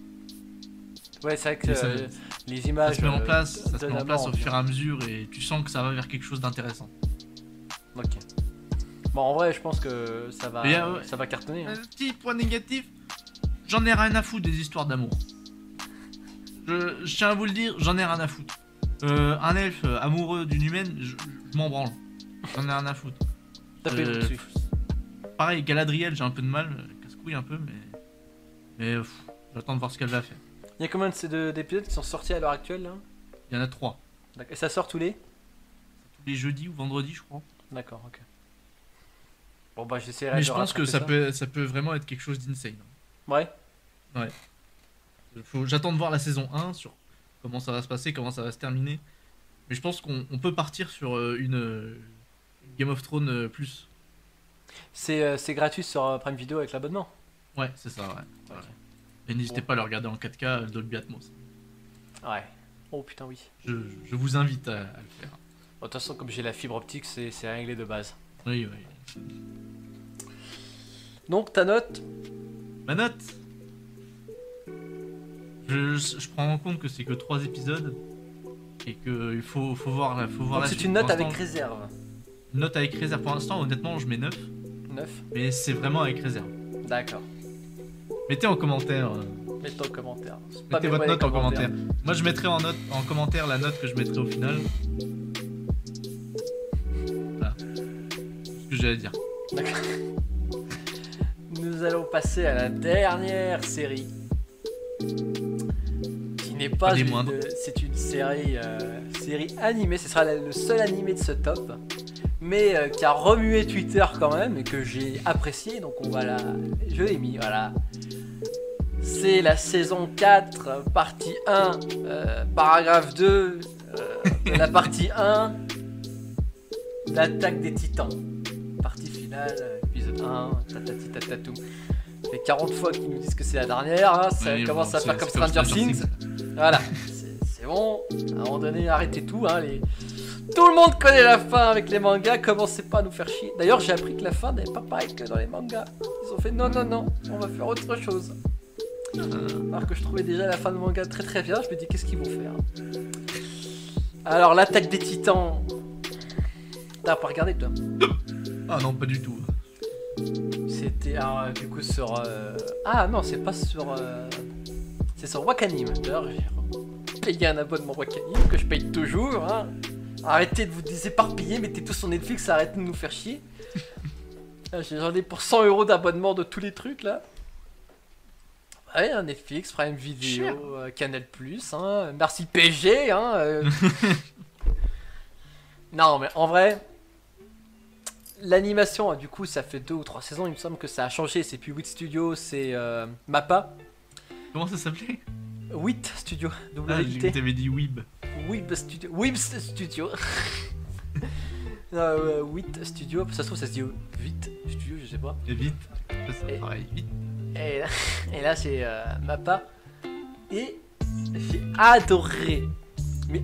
A: Ouais, c'est vrai que
B: Mais ça-
A: euh, les
B: Ça
A: images.
B: se met en
A: euh,
B: place, ça se
A: donnent
B: met en
A: la
B: place
A: mort,
B: au fur et à mesure et tu sens que ça va vers quelque chose d'intéressant.
A: Ok. Bon, en vrai, je pense que ça va,
B: Mais, euh, ouais.
A: ça va cartonner. hein.
B: Un petit point négatif, j'en ai rien à foutre des histoires d'amour. Je, je tiens à vous le dire, j'en ai rien à foutre. Euh, un elfe euh, amoureux d'une humaine, je, je m'en branle. J'en ai rien à foutre.
A: Tapez
B: Euh,
A: dessus.
B: Pareil, Galadriel, j'ai un peu de mal, euh, casse-couille un peu, mais. Mais euh, pff, j'attends de voir ce qu'elle va faire.
A: Il y a combien de ces deux épisodes qui sont sortis à l'heure actuelle là
B: Il y en a trois.
A: D'accord. Et ça sort tous les
B: tous les jeudis ou vendredis, je crois.
A: D'accord, ok. Bon, bah, j'essaierai
B: Mais
A: de
B: je pense que
A: rattraper
B: ça, peut, ça peut vraiment être quelque chose d'insane.
A: Ouais.
B: Faut- J'attends de voir la saison 1 sur comment ça va se passer, comment ça va se terminer. Mais je pense qu'on on peut partir sur euh, une euh, Game of Thrones euh, plus.
A: C'est euh, c'est gratuit sur euh, Prime Video avec l'abonnement.
B: Ouais, c'est ça, ouais.
A: Ok.
B: Ouais. Et n'hésitez
A: Bon.
B: pas à le regarder en 4K euh, Dolby Atmos.
A: Ouais. Oh putain, oui.
B: Je, je vous invite à, à le faire.
A: Bon, De toute façon, comme j'ai la fibre optique, c'est c'est réglé de base.
B: Oui, oui.
A: Donc, ta note
B: Ma note Je, je- je prends en compte que c'est que 3 épisodes et que il faut, faut voir la, faut voir
A: Donc
B: la
A: c'est
B: suite.
A: une note
B: Pour
A: avec
B: l'instant,
A: réserve.
B: Note avec réserve. Pour l'instant, honnêtement, je mets 9,
A: 9.
B: mais c'est vraiment avec réserve.
A: D'accord.
B: Mettez en commentaire. euh,
A: Mettez en commentaire. C'est pas
B: Mettez
A: mes
B: votre
A: voix,
B: note
A: les
B: en
A: commentaires.
B: commentaire. Moi, je mettrai en, note, en commentaire la note que je mettrai au final. Voilà. C'est ce que j'allais dire.
A: Nous allons passer à la dernière série. Qui n'est pas
B: des
A: une,
B: moindres.
A: c'est une série, euh, série animée, ce sera la- le seul animé de ce top, mais euh, qui a remué Twitter quand même et que j'ai apprécié, donc on va la, je l'ai mis, voilà. C'est la saison 4, euh, partie 1, euh, paragraphe 2, euh, de la partie 1, l'attaque des titans. Partie finale, euh, épisode 1, tatati tatatou. Ça fait 40 fois qu'ils nous disent que c'est la dernière, hein, ça
B: Ouais,
A: commence
B: bon,
A: à faire
B: c'est-
A: comme
B: c'est
A: Stranger Things. Voilà, c'est c'est bon. À un moment donné, arrêtez tout. Hein, les... Tout le monde connaît la fin avec les mangas. Commencez pas à nous faire chier. D'ailleurs, j'ai appris que la fin n'est pas pareille que dans les mangas. Ils ont fait non, non, non, on va faire autre chose. Alors que je trouvais déjà la fin de manga très très bien, je me dis qu'est-ce qu'ils vont faire. hein. Alors, l'attaque des titans. T'as pas regardé toi
B: Ah non, pas du tout.
A: C'était alors, euh, du coup sur. euh, Ah non, c'est pas sur. euh, C'est sur Wakanim. D'ailleurs, j'ai payé un abonnement Wakanim que je paye toujours. hein. Arrêtez de vous déséparpiller, mettez tout sur Netflix, arrêtez de nous faire chier. Là, j'ai- J'en ai pour 100 euros d'abonnement de tous les trucs là. Ouais, hein, Netflix, Prime
B: Cher.
A: Video, euh, Canal Plus, hein, merci PG. Hein, euh. non, mais en vrai, L'animation, hein, du coup, ça fait deux ou trois saisons, il me semble que ça a changé. C'est plus 8 Studio, c'est euh, Mappa.
B: Comment ça s'appelait
A: 8 Studio,
B: Ah, j'ai cru que
A: WT.
B: t'avais dit Weeb.
A: Weeb Studio. Weebs Studio. Euh, 8 Studio, ça se trouve, ça se dit 8 Studio, je sais pas.
B: Et vite. Ça, ça
A: Et-
B: travaille vite.
A: Et là, et là, c'est euh, Mappa. Et j'ai adoré, mais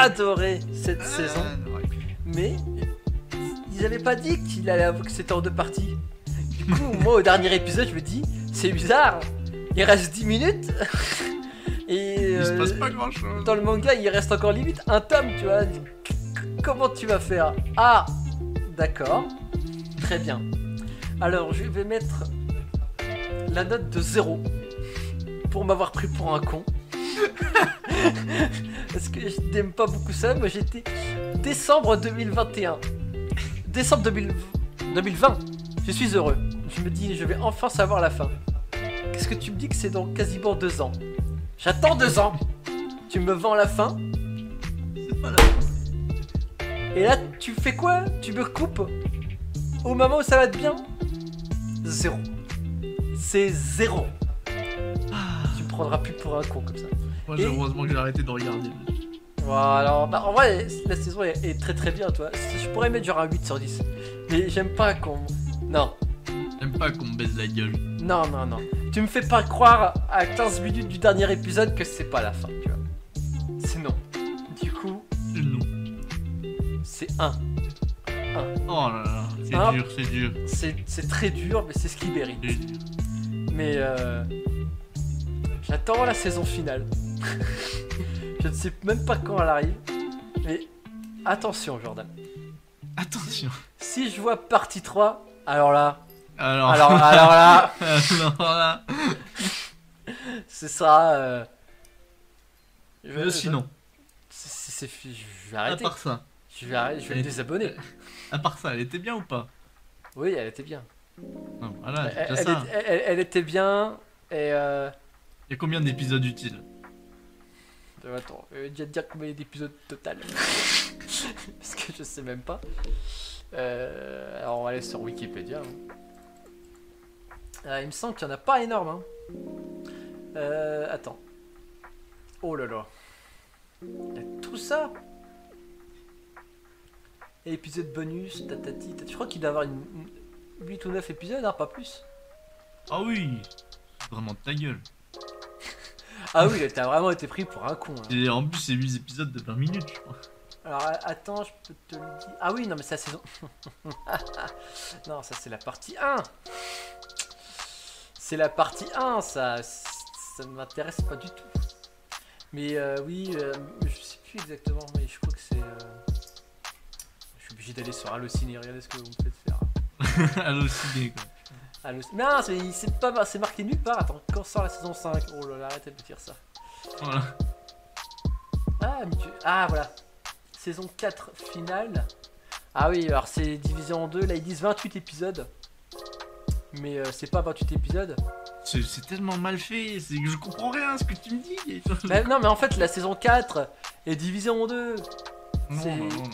A: adoré cette saison.
B: Ah, non, ouais.
A: mais ils avaient pas dit qu'il allait que c'était en deux parties. Du coup, moi au dernier épisode, je me dis, c'est bizarre, il reste 10 minutes et
B: Il se
A: euh,
B: passe pas grand chose.
A: dans le manga, il reste encore limite un tome, tu vois. Comment tu vas faire Ah, d'accord, très bien. Alors, je vais mettre la note de 0 pour m'avoir pris pour un con. Parce que je n'aime pas beaucoup ça. Moi, j'étais décembre 2021. Décembre 2000 2020. Je suis heureux. Je me dis, je vais enfin savoir la fin. Qu'est-ce que tu me dis que c'est dans quasiment deux ans J'attends deux ans tu me vends la fin
B: C'est pas la-
A: et là tu fais quoi Tu me coupes au moment où ça va être bien Zéro. C'est zéro.
B: Ah,
A: Tu me prendras plus pour un con comme ça.
B: Moi,
A: Et-
B: j'ai- heureusement que j'ai arrêté de regarder.
A: Voilà. Bah, en vrai, la saison est, est très très bien, toi. Je pourrais mettre genre un 8 sur 10. Mais j'aime pas qu'on. Non.
B: J'aime pas qu'on me baise la gueule.
A: Non, non, non. Tu me fais pas croire à 15 minutes du dernier épisode que c'est pas la fin, tu vois. C'est non. Du coup,
B: Non.
A: c'est 1.
B: Oh là là. C'est
A: Ah.
B: dur, c'est dur.
A: C'est c'est très dur, mais c'est ce qui mérite.
B: C'est dur.
A: Mais euh, j'attends la saison finale. je ne sais même pas quand elle arrive. Mais attention, Jordan.
B: Attention.
A: Si je vois partie 3, alors là,
B: Alors,
A: alors, euh, alors là,
B: alors là.
A: ce sera. euh, je
B: Euh, sinon,
A: c'est- c'est- c'est- je vais
B: à
A: arrêter.
B: part ça,
A: Je vais, arrêter, je vais me
B: Ah, Et-
A: désabonner.
B: à part ça, elle était bien ou pas
A: Oui, elle était bien.
B: Non, voilà,
A: Elle,
B: c'est Ah,
A: Euh,
B: déjà
A: elle
B: ça.
A: était- elle- elle était bien. Et. Euh,
B: Il y a combien d'épisodes utiles
A: Euh, Attends, euh, déjà te dire combien d'épisodes total. Parce que je sais même pas. Euh, alors on va aller sur Wikipédia. hein. Ah, il me semble qu'il n'y en a pas énorme. hein. Euh, attends. Oh là là. Il y a tout ça. Et épisode bonus, tatati, tatati. Je crois qu'il doit y avoir une, 8 ou 9 épisodes, hein, pas plus.
B: Ah oui C'est Vraiment de ta gueule.
A: Ah oui, t'as vraiment été pris pour un con. hein. là.
B: Et en plus, c'est 8 épisodes de 20 minutes, je crois.
A: Alors a- attends, je peux te le dire. Ah oui, non, mais c'est la saison. non, ça c'est la partie 1. C'est la partie 1, ça. ça ne m'intéresse pas du tout. Mais euh, oui, euh, je sais plus exactement, mais je crois que c'est. euh, Je suis obligé d'aller sur Allociné, regardez ce que vous me faites faire.
B: Allociné, quoi.
A: Allociné. Mais non, c'est c'est pas mar- c'est marqué nulle part. Attends, quand sort la saison 5 Oh là là, arrêtez de me dire ça.
B: Voilà.
A: Ah, mais tu- ah, voilà. Saison 4 finale. Ah oui, alors c'est divisé en deux. Là, ils disent 28 épisodes. Mais euh, c'est pas 28 épisodes.
B: C'est c'est tellement mal fait, c'est que je comprends rien à ce que tu me dis.
A: Mais non, mais en fait, la saison 4 est divisée en deux.
B: Non,
A: c'est-
B: non, non, non.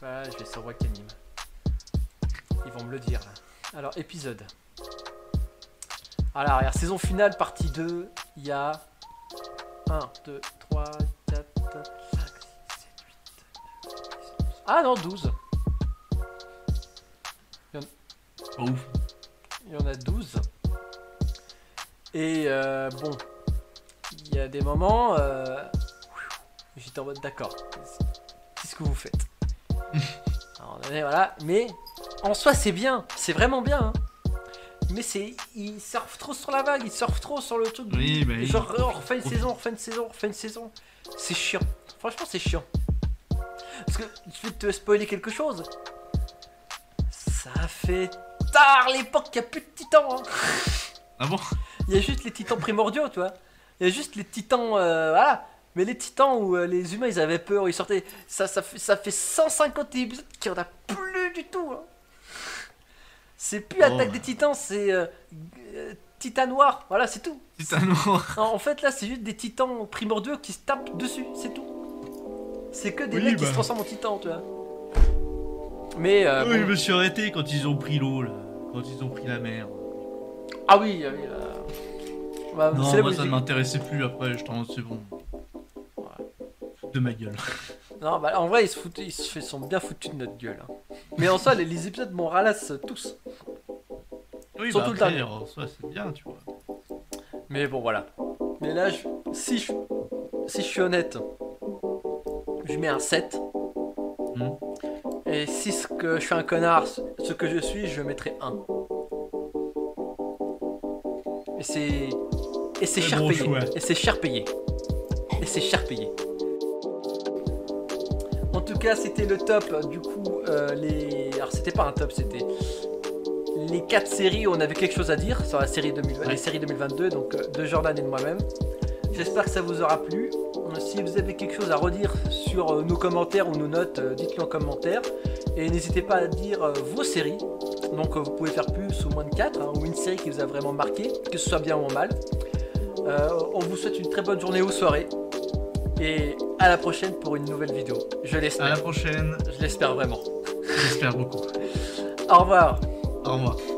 A: Voilà, je vais sur Wakanim. Ils vont me le dire. là. Alors, épisode. À l'arrière, saison finale, partie 2. Il y a 1, 2, 3, 4, 5, 6, 7, 8, 9, 10. Ah non, 12.
B: Pas ouf.
A: Il y en a 12. Et euh, bon, il y a des moments, euh, j'étais en mode d'accord, qu'est-ce que vous faites Alors, on en est, voilà. Mais en soi, c'est bien, c'est vraiment bien. hein. Mais c'est, ils surfent trop sur la vague, ils surfent trop sur le truc.
B: Oui, bah oui.
A: Genre, on refait une saison, on refait une saison, on refait une saison. C'est chiant. Franchement, c'est chiant. Parce que je vais te spoiler quelque chose. Ça fait tard l'époque, il n'y a plus de titans. hein.
B: Ah bon
A: Il y a juste les titans primordiaux, tu vois. Il y a juste les titans, euh, voilà. Mais les titans où euh, les humains ils avaient peur, ils sortaient. Ça, ça, fait, ça fait 150 épisodes qu'il n'y en a plus du tout. hein. C'est plus
B: Oh,
A: Attaque
B: bah.
A: des titans, c'est euh, euh, Titan Noir. Voilà, c'est tout.
B: C'est un noir.
A: Non, en fait, là, c'est juste des titans primordiaux qui se tapent dessus, c'est tout. C'est que des
B: Oui,
A: mecs qui
B: bah.
A: se transforment en titans, tu vois. Mais. euh,
B: Oui,
A: bon.
B: je me suis arrêté quand ils ont pris l'eau, là. Quand ils ont pris la mer.
A: Ah oui, ah oui. euh, bah,
B: Non,
A: c'est la
B: moi ça ne
A: musique.
B: m'intéressait plus après, je t'en c'est bon. De ma gueule.
A: Non, bah, en vrai, ils se, foutent, ils se sont bien foutus de notre gueule. hein. Mais en soi, les, les épisodes m'en ralassent tous.
B: Oui,
A: Surtout
B: bah
A: le
B: après,
A: dernier.
B: euh, ça c'est bien, tu vois.
A: Mais bon, voilà. Mais là, je- si, je, si je suis honnête, je mets un 7.
B: Hmm.
A: Et si ce que je suis un connard, ce ce que je suis, je mettrais 1. Et c'est. Et c'est
B: Très
A: cher
B: bon
A: payé.
B: choix.
A: Et c'est cher payé. Et c'est cher payé. En tout cas, c'était le top. Du coup, euh, les. Alors, c'était pas un top, c'était. Les quatre séries, où on avait quelque chose à dire sur la série 2000
B: Ouais.
A: les séries 2022, donc euh, de Jordan et de moi-même. J'espère que ça vous aura plu. Euh, Si vous avez quelque chose à redire sur euh, nos commentaires ou nos notes, euh, dites-le en commentaire. Et n'hésitez pas à dire euh, vos séries. Donc euh, vous pouvez faire plus ou moins de 4, ou une série qui vous a vraiment marqué, que ce soit bien ou en mal. Euh, on vous souhaite une très bonne journée ou soirée. Et à la prochaine pour une nouvelle vidéo. Je
B: À la
A: l'espère.
B: prochaine,
A: Je l'espère vraiment.
B: j'espère beaucoup.
A: Au revoir.
B: Au revoir.